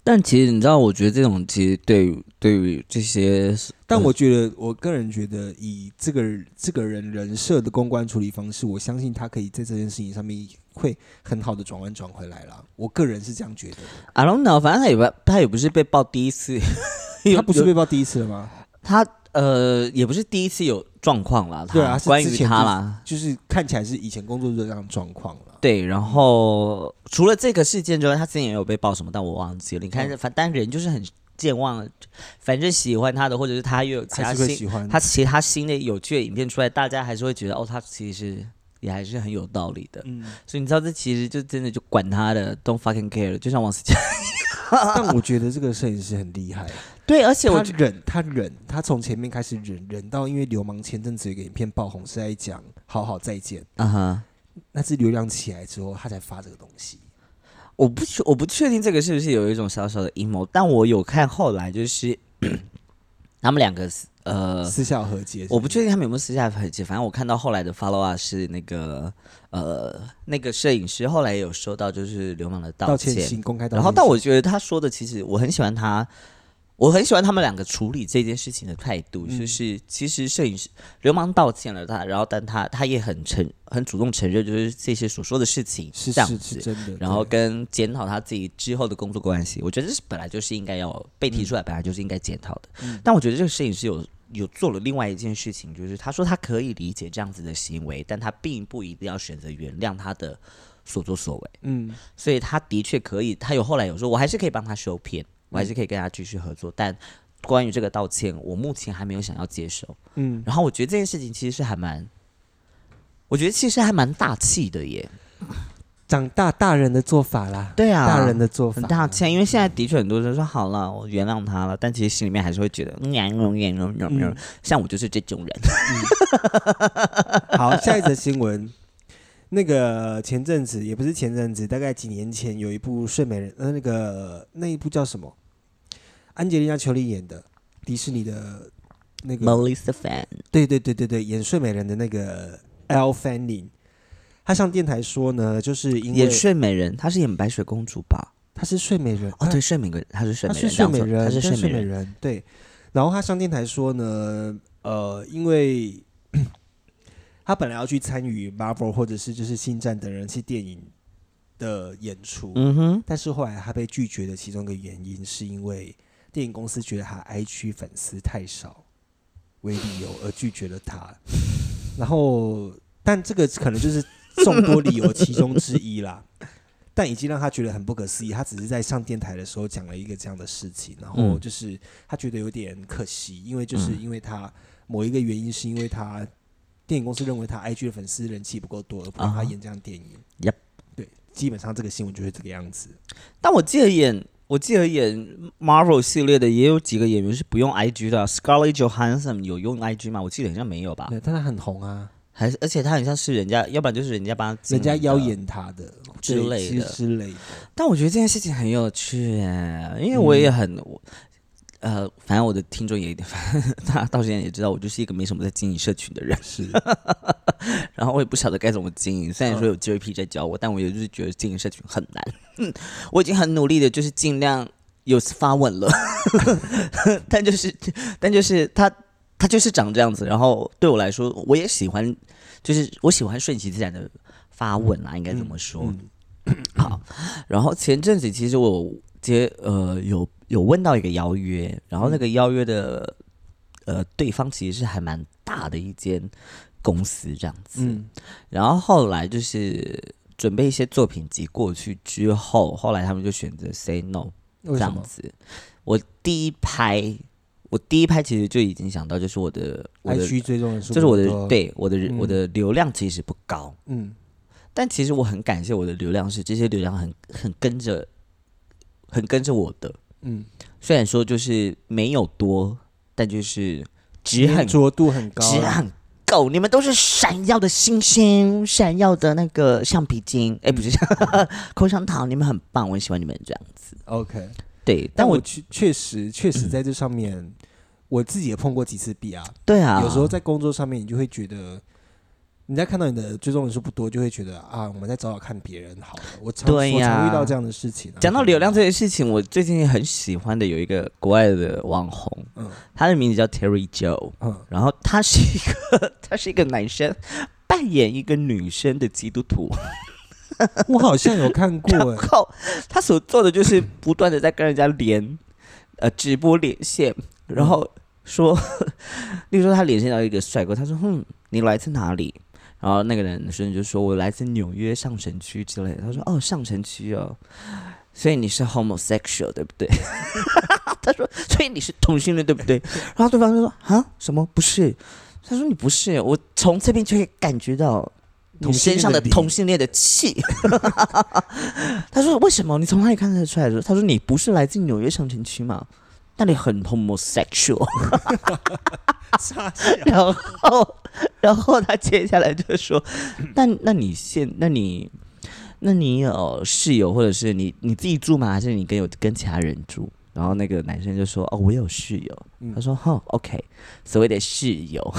[SPEAKER 3] 但其实你知道，我觉得这种其实对于对于这些，
[SPEAKER 1] 但我觉得，我个人觉得，以这个这个人人设的公关处理方式，我相信他可以在这件事情上面会很好的转弯转回来啦。我个人是这样觉得的。
[SPEAKER 3] I don't know，反正他也不他也不是被爆第一 次，有
[SPEAKER 1] 他不是被爆第一次了吗？
[SPEAKER 3] 他呃也不是第一次有状况啦，他
[SPEAKER 1] 对啊是
[SPEAKER 3] 关
[SPEAKER 1] 之
[SPEAKER 3] 于
[SPEAKER 1] 前
[SPEAKER 3] 他
[SPEAKER 1] 就
[SPEAKER 3] 啦，
[SPEAKER 1] 就是看起来是以前工作就这样的状况了。
[SPEAKER 3] 对，然后除了这个事件之外，他之前也有被爆什么，但我忘记了。你看，
[SPEAKER 1] 嗯
[SPEAKER 3] 反但人就是很健忘，反正喜欢他的，或者是他又有其
[SPEAKER 1] 还
[SPEAKER 3] 他
[SPEAKER 1] 是会
[SPEAKER 3] 新
[SPEAKER 1] 喜欢
[SPEAKER 3] 他其他新的有趣的影片出来，大家还是会觉得哦，他其实也还是很有道理的。
[SPEAKER 1] 嗯，
[SPEAKER 3] 所以你知道，这其实就真的就管他的，don't fucking care。就像王 思佳，
[SPEAKER 1] 但我觉得这个摄影师很 厉害，
[SPEAKER 3] 对，而且我
[SPEAKER 1] 他
[SPEAKER 3] 觉
[SPEAKER 1] 忍，他忍，他从前面开始忍，忍到因为流氓前阵子有一个影片爆红，是在讲好好再见，
[SPEAKER 3] 啊哈，
[SPEAKER 1] 那是流量起来之后，他才发这个东西。
[SPEAKER 3] 我不确我不确定这个是不是有一种小小的阴谋，但我有看后来就是 他们两个呃
[SPEAKER 1] 私下和解，
[SPEAKER 3] 我不确定他们有没有私下合计，反正我看到后来的 follow up 是那个呃那个摄影师后来也有收到就是流氓的道
[SPEAKER 1] 道
[SPEAKER 3] 歉，
[SPEAKER 1] 歉信，公开道歉信。
[SPEAKER 3] 然后但我觉得他说的其实我很喜欢他，我很喜欢他们两个处理这件事情的态度，
[SPEAKER 1] 嗯
[SPEAKER 3] 就是其实摄影师流氓道歉了他，然后但他他也很承很主动承认，就是这些所说的事情
[SPEAKER 1] 是
[SPEAKER 3] 这样
[SPEAKER 1] 是
[SPEAKER 3] 子
[SPEAKER 1] 是真的。
[SPEAKER 3] 然后
[SPEAKER 1] 对
[SPEAKER 3] 跟检讨他自己之后的工作关系，我觉得这是本来就是应该要被提出来，本来就是应该检讨的。但我觉得这个摄影师有有做了另外一件事情，就是他说他可以理解这样子的行为，但他并不一定要选择原谅他的所作所为。
[SPEAKER 1] 嗯
[SPEAKER 3] 所以他的确可以，他有后来有说，我还是可以帮他修片，我还是可以跟他继续合作，但。关于这个道歉，我目前还没有想要接受。
[SPEAKER 1] 嗯，
[SPEAKER 3] 然后我觉得这件事情其实是还蛮，我觉得其实还蛮大气的耶。
[SPEAKER 1] 长大大人的做法啦，
[SPEAKER 3] 对啊，
[SPEAKER 1] 大人的做法
[SPEAKER 3] 很
[SPEAKER 1] 啦，
[SPEAKER 3] 大歉，因为现在的确很多人说好了，我原谅他了，但其实心里面还是会觉得，嗯，嗯嗯嗯像我就是这种人，
[SPEAKER 1] 好，下一则新闻。那个前阵子也不是前阵子，大概几年前有一部《睡美人》，呃，那个那一部叫什么？安吉丽娜·裘丽演的，迪士尼的那个，
[SPEAKER 3] Melissa Fan，
[SPEAKER 1] 对对对对对，演睡美人的那个 L. Fanning，她上电台说呢，就是因为
[SPEAKER 3] 演睡美人，她是演白雪公主吧？
[SPEAKER 1] 她是睡美人
[SPEAKER 3] 哦，
[SPEAKER 1] 她
[SPEAKER 3] 对，睡美人，她是睡
[SPEAKER 1] 她
[SPEAKER 3] 美
[SPEAKER 1] 是
[SPEAKER 3] 人，
[SPEAKER 1] 睡
[SPEAKER 3] 这
[SPEAKER 1] 美
[SPEAKER 3] 样说
[SPEAKER 1] 人，
[SPEAKER 3] 她是
[SPEAKER 1] 她
[SPEAKER 3] 睡
[SPEAKER 1] 睡
[SPEAKER 3] 美
[SPEAKER 1] 美
[SPEAKER 3] 人，
[SPEAKER 1] 人，对。然后她上电台说呢，呃，因为 她本来要去参与 Marvel 或者是就是星战等人气电影的演出，
[SPEAKER 3] 嗯哼，
[SPEAKER 1] 但是后来她被拒绝的其中一个原因是因为电影公司觉得她 IG 粉丝太少为理由而拒绝了 她。然后，但这个可能就是众多理由其中之一啦。 但已经让她觉得很不可思议，她只是在上电台的时候讲了一个这样的事情，然后
[SPEAKER 3] 嗯
[SPEAKER 1] 就是她觉得有点可惜，因为就是因为她某一个原因是因为她电影公司认为她 IG 的粉丝人气不够多，而不让她
[SPEAKER 3] 啊
[SPEAKER 1] 演这样电影。
[SPEAKER 3] Yep
[SPEAKER 1] 对，基本上这个新闻就是这个样子。
[SPEAKER 3] 但我记得演。我记得演 Marvel 系列的也有几个演员是不用 IG 的啊，Scarlett Johansson 有用 IG 吗？我记得好像没有吧，
[SPEAKER 1] 对，但她很红啊，
[SPEAKER 3] 还是而且她很像是人家，要不然就是人家帮她经
[SPEAKER 1] 人
[SPEAKER 3] 营的，
[SPEAKER 1] 家邀演她的
[SPEAKER 3] 之
[SPEAKER 1] 对
[SPEAKER 3] 类
[SPEAKER 1] 之
[SPEAKER 3] 的
[SPEAKER 1] 之类的。
[SPEAKER 3] 但我觉得这件事情很有趣哎，因为我
[SPEAKER 1] 嗯
[SPEAKER 3] 也很，我呃，反正我的听众也， 反正他到现在也知道，我就是一个没什么在经营社群的人，
[SPEAKER 1] 是，嗯
[SPEAKER 3] 然后我也不晓得该怎么经营。虽然说有 JP 在教我，但我也就是觉得经营社群很难。嗯我已经很努力的，就是尽量有发文了， 但就是但就是他他就是长这样子。然后对我来说，我也喜欢，就是我喜欢顺其自然的发文啊，应该怎么说？
[SPEAKER 1] 嗯
[SPEAKER 3] 好，然后前阵子其实我有接呃有有问到一个邀约，然后那个邀约的呃对方其实是还蛮大的一间公司这样子，
[SPEAKER 1] 嗯
[SPEAKER 3] 然后后来就是准备一些作品集过去之后，后来他们就选择 say no
[SPEAKER 1] 为
[SPEAKER 3] 这
[SPEAKER 1] 什
[SPEAKER 3] 样
[SPEAKER 1] 么
[SPEAKER 3] 子。我第一拍，我第一拍其实就已经想到，就是我的我的
[SPEAKER 1] ？IG 追踪人数
[SPEAKER 3] 这是我
[SPEAKER 1] 很多
[SPEAKER 3] 的，对我的人我
[SPEAKER 1] 嗯
[SPEAKER 3] 的流量其实不高，
[SPEAKER 1] 嗯
[SPEAKER 3] 但其实我很感谢我的流量是这些流量很很跟着，很跟着我的。
[SPEAKER 1] 嗯，
[SPEAKER 3] 虽然说就是没有多，但就是值
[SPEAKER 1] 粘
[SPEAKER 3] 很
[SPEAKER 1] 着度很高
[SPEAKER 3] 值
[SPEAKER 1] 啊，
[SPEAKER 3] 很够。你们都是闪耀的星星，闪耀的那个橡皮筋，哎、不是
[SPEAKER 1] 嗯
[SPEAKER 3] 口香糖，你们很棒，我很喜欢你们这样子。
[SPEAKER 1] OK，
[SPEAKER 3] 对，但
[SPEAKER 1] 但
[SPEAKER 3] 我嗯
[SPEAKER 1] 我确确实确实在这上面，我自己也碰过几次壁啊。
[SPEAKER 3] 对啊，
[SPEAKER 1] 有时候在工作上面，你就会觉得，人家看到你的追踪人数不多，就会觉得啊，我们再找找看别人好了。我常
[SPEAKER 3] 对
[SPEAKER 1] 我常遇
[SPEAKER 3] 呀
[SPEAKER 1] 到这样的事情啊。
[SPEAKER 3] 讲到流量这件事情，我最近很喜欢的有一个国外的网红，
[SPEAKER 1] 嗯
[SPEAKER 3] 他的名字叫 Terry Joe。
[SPEAKER 1] 嗯
[SPEAKER 3] 然后他是一个 他是一个男生扮演一个女生的基督徒，
[SPEAKER 1] 我好像有看 过
[SPEAKER 3] 然
[SPEAKER 1] 哎，
[SPEAKER 3] 后他所做的就是不断的在跟人家连呃直播连线，然后说， 例如说他连线到一个帅哥，他说：“哼，你来自哪里？”然后那个人生就说：“我来自纽约上城区之类的。”他说：“哦，上城区哦， 所以你是 homosexual 对不对？” 他说：“所以你是同性恋对不对？”然后对方就说：“啊，什么不是？”他说：“你不是，我从这边就可以感觉到你
[SPEAKER 1] 同性
[SPEAKER 3] 身
[SPEAKER 1] 恋
[SPEAKER 3] 上的
[SPEAKER 1] 的
[SPEAKER 3] 同性恋的气。” 他说：“为什么？你从哪里看得出来的？”他说：“你不是来自纽约上城区吗？那里很 homosexual。”然后，然后他接下来就说：“那那你现，那你，那你有室友或者是你你自己住吗？还是你跟有跟其他人住？”然后那个男生就说：“哦，我有室友。
[SPEAKER 1] 嗯
[SPEAKER 3] 他说：“哦，OK，所谓的室友，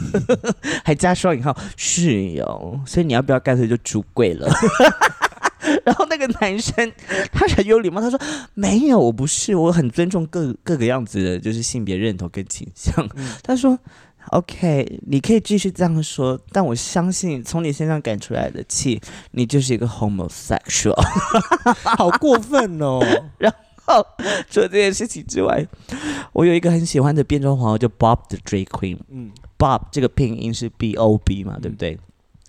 [SPEAKER 3] 还加双引号室友，所以你要不要干脆就出柜了？” 然后那个男生他很有礼貌，他说没有，我不是，我很尊重各各个样子的，就是性别认同跟倾向。他说 OK，你可以继续这样说，但我相信从你身上赶出来的气，你就是一个 homosexual。
[SPEAKER 1] 哎好过分哦！
[SPEAKER 3] 除了这件事情之外，我有一个很喜欢的变装皇后，叫 Bob the Drag Queen。
[SPEAKER 1] 嗯
[SPEAKER 3] Bob 这个拼音是 B O B 嘛，对不对？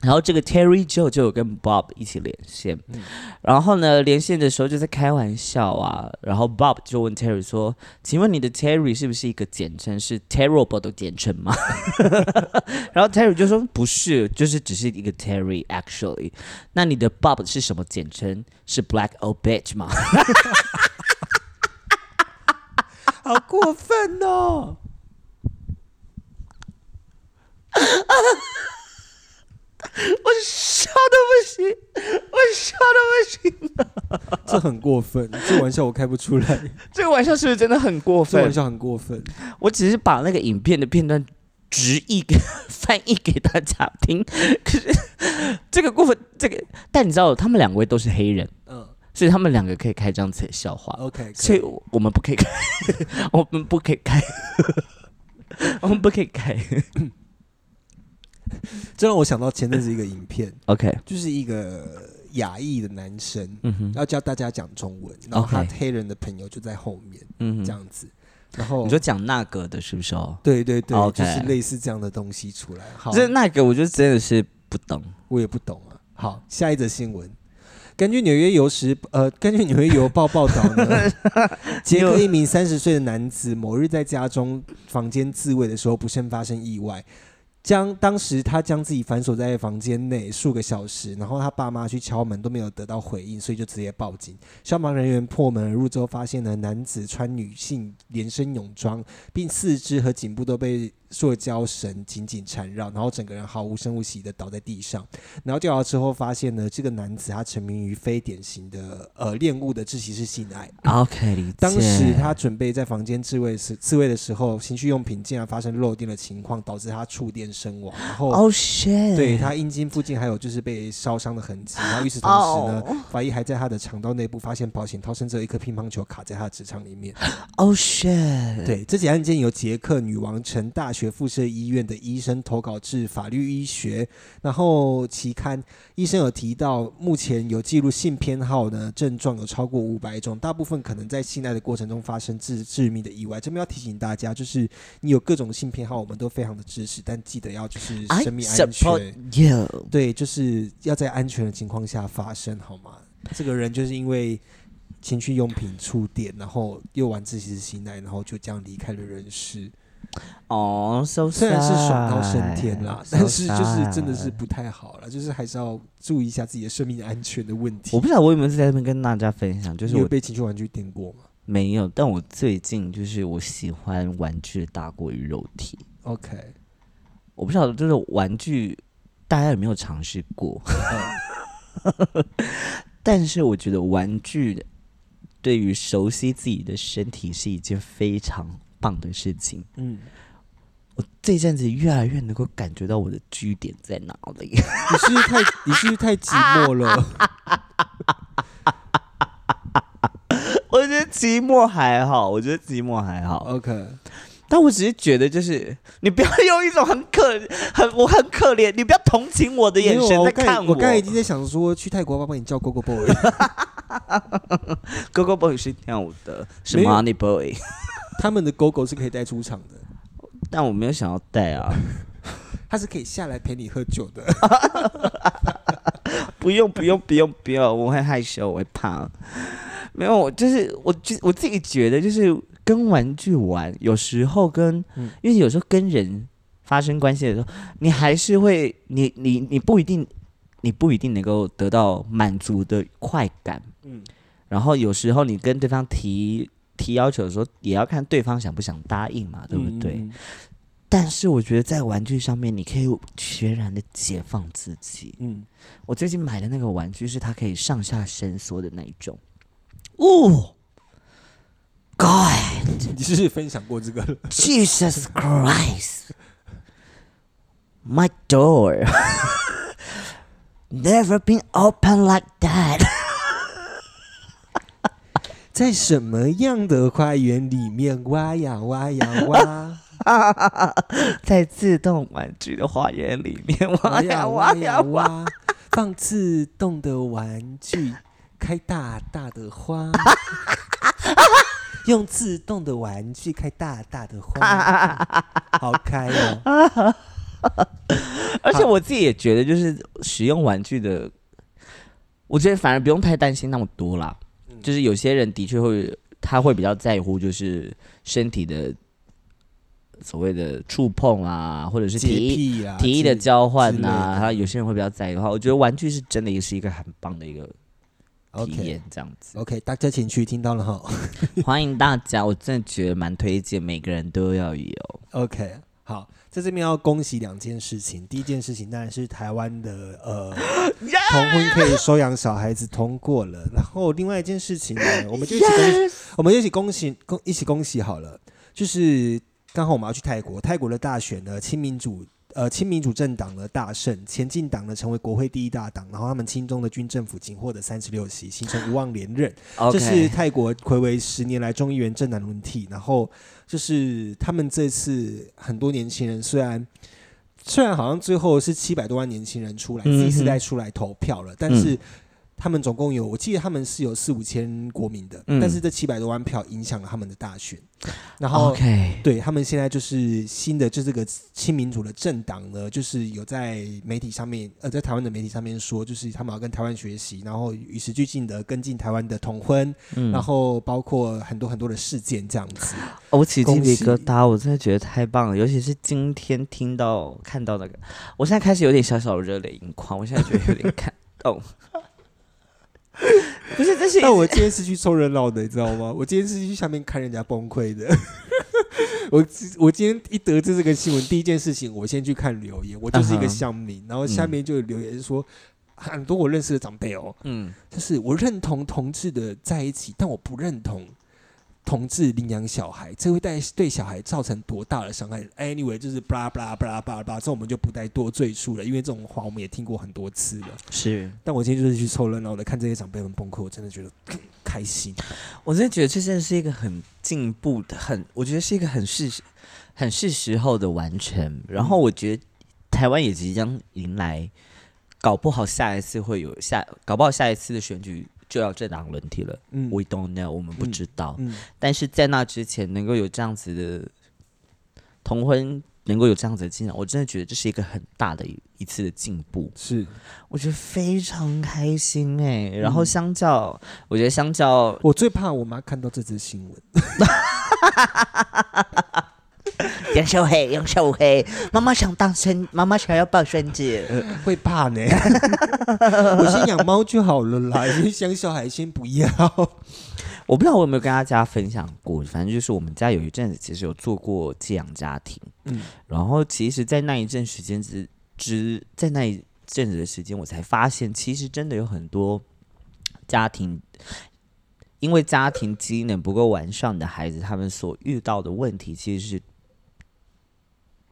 [SPEAKER 3] 然后这个 Terry Joe 就有跟 Bob 一起连线，
[SPEAKER 1] 嗯
[SPEAKER 3] 然后呢，连线的时候就在开玩笑啊，然后 Bob 就问 Terry 说：“请问你的 Terry 是不是一个简称？是 terrible 的简称 吗？” 然后 Terry 就说：“不是，就是只是一个 Terry actually。那你的 Bob 是什么简称？是 black old bitch 吗？”
[SPEAKER 1] 好过分哦！
[SPEAKER 3] 我笑的不行，我笑的不行。
[SPEAKER 1] 这很过分，这玩笑我开不出来，
[SPEAKER 3] 这个玩笑是不是真的很过
[SPEAKER 1] 这
[SPEAKER 3] 分
[SPEAKER 1] 玩？笑很过分。
[SPEAKER 3] 我只是把那个影片的片段直译给翻译给大家听， 可是这个过分，这个但你知道，他们两位都是黑人，
[SPEAKER 1] 嗯
[SPEAKER 3] 所以他们两个可以开这样子的笑话，
[SPEAKER 1] ，OK，
[SPEAKER 3] 所
[SPEAKER 1] 可
[SPEAKER 3] 哦以
[SPEAKER 1] 以
[SPEAKER 3] 我们不可以开， 我们不可以开， 我们不可以开。
[SPEAKER 1] 这让我想到前阵子一个影片，
[SPEAKER 3] OK，
[SPEAKER 1] 就是一个亚裔的男生，
[SPEAKER 3] 嗯哼，
[SPEAKER 1] 要教大家讲中文，然后他
[SPEAKER 3] OK
[SPEAKER 1] 黑人的朋友就在后面
[SPEAKER 3] 嗯
[SPEAKER 1] 这
[SPEAKER 3] 哼，
[SPEAKER 1] 样子，然后
[SPEAKER 3] 你说讲那个的是不是哦？
[SPEAKER 1] 对对对
[SPEAKER 3] OK
[SPEAKER 1] 就是类似这样的东西出来。好，
[SPEAKER 3] 这那个，我就真的是不懂。
[SPEAKER 1] 我也不懂啊。好，下一则新闻。根据《纽约邮时》呃， 根据《纽约邮报》报道呢，捷克一名三十岁的男子某日在家中房间自慰的时候，不慎发生意外，将当时他将自己反锁在房间内数个小时，然后他爸妈去敲门都没有得到回应，所以就直接报警。消防人员破门而入之后，发现呢男子穿女性连身泳装，并四肢和颈部都被塑胶绳紧紧缠绕，然后整个人毫无声无息的倒在地上。然后调查之后发现呢，这个男子他沉迷于非典型的呃恋物的窒息式性爱。
[SPEAKER 3] OK，理解。
[SPEAKER 1] 当时他准备在房间自慰时自慰的时候，情趣用品竟然发生漏电的情况，导致他触电身亡。然后
[SPEAKER 3] Oh shit，
[SPEAKER 1] 对他阴茎附近还有就是被烧伤的痕迹，然后与此同时
[SPEAKER 3] 哦
[SPEAKER 1] 呢，法医还在他的肠道内部发现保险套，甚至有一颗乒乓球卡在他的直肠里面。
[SPEAKER 3] Oh shit，
[SPEAKER 1] 哦对，这起案件由捷克女王城大学附设医院的医生投稿至法律医学，然后期刊医生有提到，目前有记录性偏好呢症状有超过五百种，大部分可能在性爱的过程中发生致致命的意外。这边要提醒大家，就是你有各种性偏好，我们都非常的支持，但记得要就是
[SPEAKER 3] 哎
[SPEAKER 1] 生命安全。
[SPEAKER 3] you。
[SPEAKER 1] 对，就是要在安全的情况下发生，好吗？这个人就是因为情趣用品触电，然后又玩自习性爱，然后就这样离开了人世。
[SPEAKER 3] 哦、s o
[SPEAKER 1] 虽然是爽到升天啦，
[SPEAKER 3] sad
[SPEAKER 1] 但是就是真的是不太好了，就是还是要注意一下自己的生命安全的问题。
[SPEAKER 3] 我不晓得我有没有在那边跟大家分享，就是
[SPEAKER 1] 你有
[SPEAKER 3] 我
[SPEAKER 1] 被情趣玩具电过吗
[SPEAKER 3] 没有，但我最近就是我喜欢玩具大过于肉体。
[SPEAKER 1] ？OK，
[SPEAKER 3] 我不晓得，就是玩具大家有没有尝试过？ 但是我觉得玩具对于熟悉自己的身体是一件非常棒的事情。
[SPEAKER 1] 嗯，
[SPEAKER 3] 我这阵子越来越能够感觉到我的据点在哪里。
[SPEAKER 1] 你是不是太你是不是太寂寞
[SPEAKER 3] 啊
[SPEAKER 1] 了？
[SPEAKER 3] 我觉得寂寞还好，我觉得寂寞还好，
[SPEAKER 1] OK，
[SPEAKER 3] 但我只是觉得就是你不要用一种很可很我很可怜，你不要同情我的
[SPEAKER 1] 没
[SPEAKER 3] 眼
[SPEAKER 1] 有啊
[SPEAKER 3] 神
[SPEAKER 1] 我
[SPEAKER 3] 在
[SPEAKER 1] 刚
[SPEAKER 3] 看
[SPEAKER 1] 才我刚才已经在想说去泰国要不要帮你叫 g o g o Boy。
[SPEAKER 3] 哥哥 boy 是跳舞的，是
[SPEAKER 1] 没有
[SPEAKER 3] money boy，
[SPEAKER 1] 他们的狗狗是可以带出场的，
[SPEAKER 3] 但我没有想要带啊，
[SPEAKER 1] 它是可以下来陪你喝酒的。
[SPEAKER 3] 不用不用不用不用，我会害羞，我会怕。没有，我就是我就我自己觉得就是跟玩具玩，有时候跟、
[SPEAKER 1] 嗯
[SPEAKER 3] 因为有时候跟人发生关系的时候，你还是会你你你不一定你不一定能够得到满足的快感，
[SPEAKER 1] 嗯，
[SPEAKER 3] 然后有时候你跟对方提提要求的时候，也要看对方想不想答应嘛，对不对？
[SPEAKER 1] 嗯？
[SPEAKER 3] 但是我觉得在玩具上面，你可以全然的解放自己。
[SPEAKER 1] 嗯，
[SPEAKER 3] 我最近买的那个玩具是它可以上下伸缩的那一种。哦，God
[SPEAKER 1] 嗯你是不是分享过这个了？
[SPEAKER 3] Jesus Christ, my door never been open like that
[SPEAKER 1] 在什么样的花园里面挖呀挖呀挖，
[SPEAKER 3] 在自动玩具的花园里面挖
[SPEAKER 1] 挖
[SPEAKER 3] 呀
[SPEAKER 1] 呀
[SPEAKER 3] 挖
[SPEAKER 1] 挖
[SPEAKER 3] 呀
[SPEAKER 1] 呀
[SPEAKER 3] 挖，
[SPEAKER 1] 挖，放自动的玩具，开大大的花，用自动的玩具开大大的花，好开哦！
[SPEAKER 3] 而且我自己也觉得，就是使用玩具的，我觉得反而不用太担心那么多啦。
[SPEAKER 1] 嗯
[SPEAKER 3] 就是有些人的确会，他会比较在乎，就是身体的所谓的触碰啊，或者是
[SPEAKER 1] 洁
[SPEAKER 3] 体液
[SPEAKER 1] 癖啊，
[SPEAKER 3] 提议的
[SPEAKER 1] 之
[SPEAKER 3] 交换
[SPEAKER 1] 之
[SPEAKER 3] 呐、
[SPEAKER 1] 类
[SPEAKER 3] 啊，
[SPEAKER 1] 的
[SPEAKER 3] 然后有些人会比较在意的话，我觉得玩具是真的也是一个很棒的一个体
[SPEAKER 1] OK
[SPEAKER 3] 验，这样子。
[SPEAKER 1] OK，大家情绪听到了哈。
[SPEAKER 3] 欢迎大家，我真的觉得蛮推荐，每个人都要有。
[SPEAKER 1] OK，好，在这边要恭喜两件事情。第一件事情当然是台湾的呃同婚可以收养小孩子通过了，然后另外一件事情呢，我们就一起恭喜，我们就一起恭喜恭一起恭喜好了，就是刚好我们要去泰国，泰国的大选呢，亲民主。呃，亲民主政党呢大胜，前进党呢成为国会第一大党，然后他们亲中的军政府仅获得三十六席，形成无望连任。这是
[SPEAKER 3] OK，
[SPEAKER 1] 泰国暌违十年来众议员政党轮替，然后就是他们这次很多年轻人虽然虽然好像最后是七百多万年轻人出来，
[SPEAKER 3] 嗯哼嗯
[SPEAKER 1] 新时代出来投票了，但是。他们总共有，我记得他们是有四五千国民的，
[SPEAKER 3] 嗯
[SPEAKER 1] 但是这七百多万票影响了他们的大选。然
[SPEAKER 3] 哦
[SPEAKER 1] 后
[SPEAKER 3] OK，
[SPEAKER 1] 对他们现在就是新的就这个亲民主的政党呢，就是有在媒体上面，呃，在台湾的媒体上面说，就是他们要跟台湾学习，然后与时俱进的跟进台湾的同婚，
[SPEAKER 3] 嗯，
[SPEAKER 1] 然后包括很多很多的事件这样子。
[SPEAKER 3] 哦我起鸡
[SPEAKER 1] 恭
[SPEAKER 3] 皮
[SPEAKER 1] 喜
[SPEAKER 3] 疙瘩，我真的觉得太棒了，尤其是今天听到看到那个，我现在开始有点小小的热泪盈眶，我现在觉得有点感动。 不是，这是一
[SPEAKER 1] 但我今天是去凑热闹的，你知道吗？我今天是去下面看人家崩溃的。 我我今天一得知这个新闻，第一件事情我先去看留言，我就是一
[SPEAKER 3] 啊哈
[SPEAKER 1] 个乡民，然后下面就有留言说。很多我认识的长辈哦，
[SPEAKER 3] 嗯，
[SPEAKER 1] 就是我认同同志的在一起，但我不认同同志领养小孩，这会带对小孩造成多大的伤害？Anyway，就是巴拉巴拉巴拉巴拉巴拉，这我们就不再多赘述了，因为这种话我们也听过很多次了。
[SPEAKER 3] 是。
[SPEAKER 1] 但我今天就是去凑热闹的，看这些长辈们崩溃，我真的觉得嗯开心。
[SPEAKER 3] 我真的觉得这真的是一个很进步的，很我觉得是一个很是很是时候的完成。然后我觉得台湾也即将迎来，搞不好下一次会有下，搞不好下一次的选举就要政党轮替了。
[SPEAKER 1] 嗯，
[SPEAKER 3] We don't know，我们不知道。
[SPEAKER 1] 嗯
[SPEAKER 3] 但是在那之前，能够有这样子的同婚，能够有这样子的进展，我真的觉得这是一个很大的一一次的进步。
[SPEAKER 1] 是，
[SPEAKER 3] 我觉得非常开心哎、然后相较，我觉得相较
[SPEAKER 1] 我最怕我妈看到这则新闻，
[SPEAKER 3] 杨小黑，杨小黑，妈妈想当孙，妈妈想要抱孙子。
[SPEAKER 1] 会怕呢。 我先养猫就好了啦，因为养小孩先不要。
[SPEAKER 3] 我不知道我有没有跟大家分享过，反正就是我们家有一阵子其实有做过寄养家庭，
[SPEAKER 1] 嗯
[SPEAKER 3] 然后其实，在那一阵时间之之，在那一阵子的时间，我才发现，其实真的有很多家庭。因为家庭机能不够完善的孩子，他们所遇到的问题其实是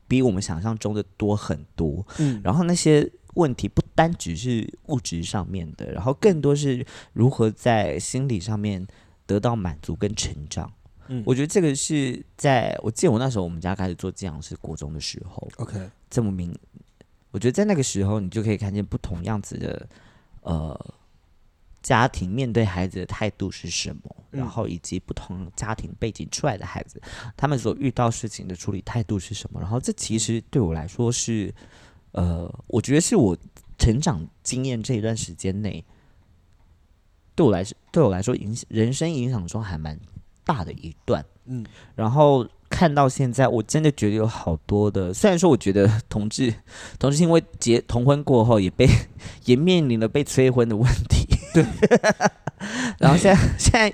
[SPEAKER 3] 比我们想象中的多很多。
[SPEAKER 1] 嗯，
[SPEAKER 3] 然后那些问题不单只是物质上面的，然后更多是如何在心理上面得到满足跟成长。
[SPEAKER 1] 嗯
[SPEAKER 3] 我觉得这个是在我记得我那时候我们家开始做寄养是国中的时候，
[SPEAKER 1] OK，
[SPEAKER 3] 这么明，我觉得在那个时候你就可以看见不同样子的呃家庭面对孩子的态度是什么，
[SPEAKER 1] 嗯
[SPEAKER 3] 然后以及不同家庭背景出来的孩子，他们所遇到事情的处理态度是什么。然后这其实对我来说是呃，我觉得是我成长经验这一段时间内。对我来说，对我来说影响人生影响中还蛮大的一段，
[SPEAKER 1] 嗯，
[SPEAKER 3] 然后看到现在，我真的觉得有好多的，虽然说我觉得同志同志因为结同婚过后也被 也面临了被催婚的问题，对， 然后现在现在。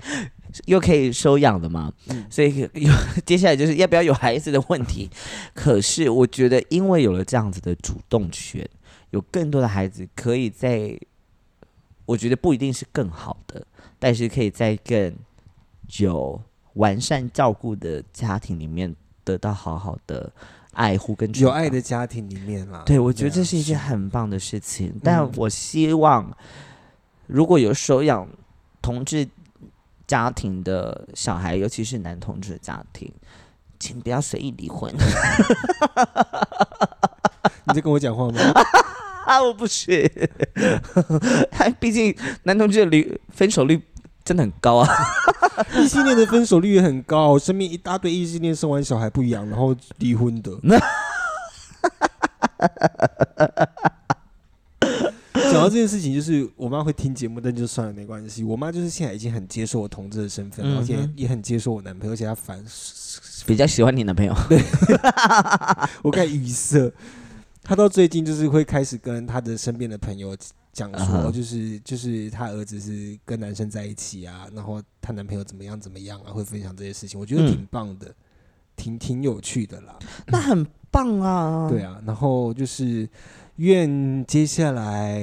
[SPEAKER 3] 又可以收养了嘛，
[SPEAKER 1] 嗯
[SPEAKER 3] 所以有 接下来就是要不要有孩子的问题。可是我觉得，因为有了这样子的主动权，有更多的孩子可以在，我觉得不一定是更好的，但是可以在更有完善照顾的家庭里面得到好好的爱护跟
[SPEAKER 1] 有爱
[SPEAKER 3] 的。
[SPEAKER 1] 的家庭里面啦。
[SPEAKER 3] 对，我觉得
[SPEAKER 1] 啊
[SPEAKER 3] 这是一件很棒的事情。但我希望，如果有收养同志家庭的小孩，尤其是男同志的家庭，请不要随意离婚
[SPEAKER 1] 你在跟我讲话吗？
[SPEAKER 3] 啊！我不 是，还毕竟男同志的离分手率真的很高啊。
[SPEAKER 1] 异性恋的分手率也很高，我身边一大堆异性恋生完小孩不养，然后离婚 的。讲到这件事情，就是我妈会听节目，但就算了，没关系。我妈就是现在已经很接受我同志的身份，
[SPEAKER 3] 嗯哼
[SPEAKER 1] 而且也很接受我男朋友，而且她反，
[SPEAKER 3] 比较喜欢你男朋友，
[SPEAKER 1] 我该语塞。她到最近就是会开始跟她的身边的朋友讲
[SPEAKER 3] 啊
[SPEAKER 1] 说，
[SPEAKER 3] 哈
[SPEAKER 1] 就是就是她儿子是跟男生在一起啊，然后她男朋友怎么样怎么样啊，会分享这些事情，我觉得
[SPEAKER 3] 嗯
[SPEAKER 1] 挺棒的，挺挺有趣的啦。
[SPEAKER 3] 那很棒啊。
[SPEAKER 1] 对啊，然后就是愿接下来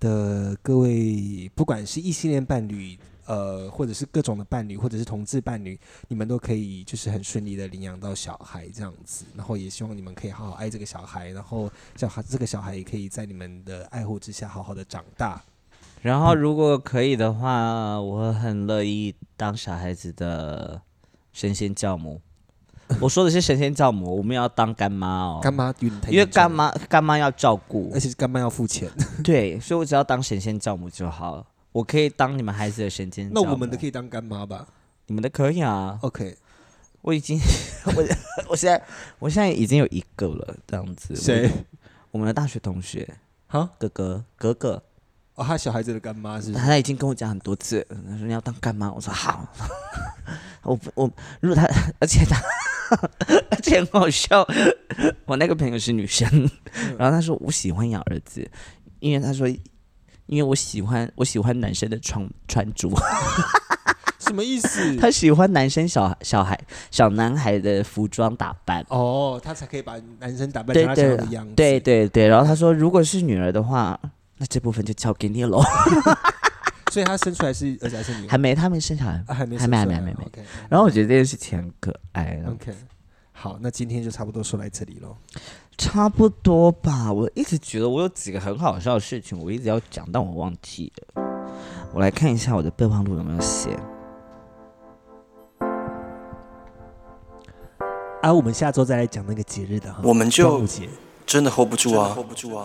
[SPEAKER 1] 的各位，不管是异性恋伴侣，呃，或者是各种的伴侣，或者是同志伴侣，你们都可以就是很顺利的领养到小孩这样子。然后也希望你们可以好好爱这个小孩，然后小孩这个小孩也可以在你们的爱护之下好好的长大。
[SPEAKER 3] 然后，如果可以的话，我很乐意当小孩子的神仙教 母。我说的是神仙教母，我们要当干妈哦，
[SPEAKER 1] 干妈有点太
[SPEAKER 3] 因为
[SPEAKER 1] 严重
[SPEAKER 3] 干
[SPEAKER 1] 了，哎
[SPEAKER 3] 妈嗯干妈要照顾
[SPEAKER 1] 而，且干妈要付钱，
[SPEAKER 3] 对，所以我只要当神仙教母就好了。我可以当你们孩子的神仙教
[SPEAKER 1] 那
[SPEAKER 3] 母，
[SPEAKER 1] 我们的可
[SPEAKER 3] 以，
[SPEAKER 1] 以哦当干妈吧
[SPEAKER 3] 你们的可以啊。
[SPEAKER 1] ？OK，
[SPEAKER 3] 我已 经，我我现在我现在已经有一个了，这样子。
[SPEAKER 1] 谁？
[SPEAKER 3] 我？我们的大学同学
[SPEAKER 1] 哈，
[SPEAKER 3] 哥哥哥哥，
[SPEAKER 1] 哦，他小孩子的干妈是不是
[SPEAKER 3] 他已经跟我讲很多次了，他说你要当干妈，我说好。 我不我如果他，而且他，而且很好笑。 我那个朋友是女生，然后她说我喜欢养儿子，因为她说，因为我喜欢我喜欢男生的穿穿着，
[SPEAKER 1] 什么意 思？
[SPEAKER 3] 她喜欢男生小小孩小男孩的服装打扮。
[SPEAKER 1] 哦，他才可以把男生打扮
[SPEAKER 3] 对
[SPEAKER 1] 成他想要的
[SPEAKER 3] 对
[SPEAKER 1] 样子。
[SPEAKER 3] 对对对，然后她说如果是女儿的话，那这部分就交给你喽。
[SPEAKER 1] 所以他生出来是，而且还是女孩
[SPEAKER 3] 还，没，他没生小孩。
[SPEAKER 1] 啊还没
[SPEAKER 3] 还没
[SPEAKER 1] 生出
[SPEAKER 3] 还
[SPEAKER 1] 来
[SPEAKER 3] 没还没
[SPEAKER 1] OK，
[SPEAKER 3] 然后我觉得这件事情很可爱，然后
[SPEAKER 1] OK，好，那今天就差不多说来这里喽。
[SPEAKER 3] 差不多吧，我一直觉得我有几个很好笑的事情，我一直要讲，但我忘记了。我来看一下我的备忘录有没有写。
[SPEAKER 1] 啊，我们下周再来讲那个节日的哈，
[SPEAKER 2] 我们
[SPEAKER 1] 端午
[SPEAKER 2] 就
[SPEAKER 1] 节。
[SPEAKER 2] 嗯真的 hold 不住啊，hold 不住啊。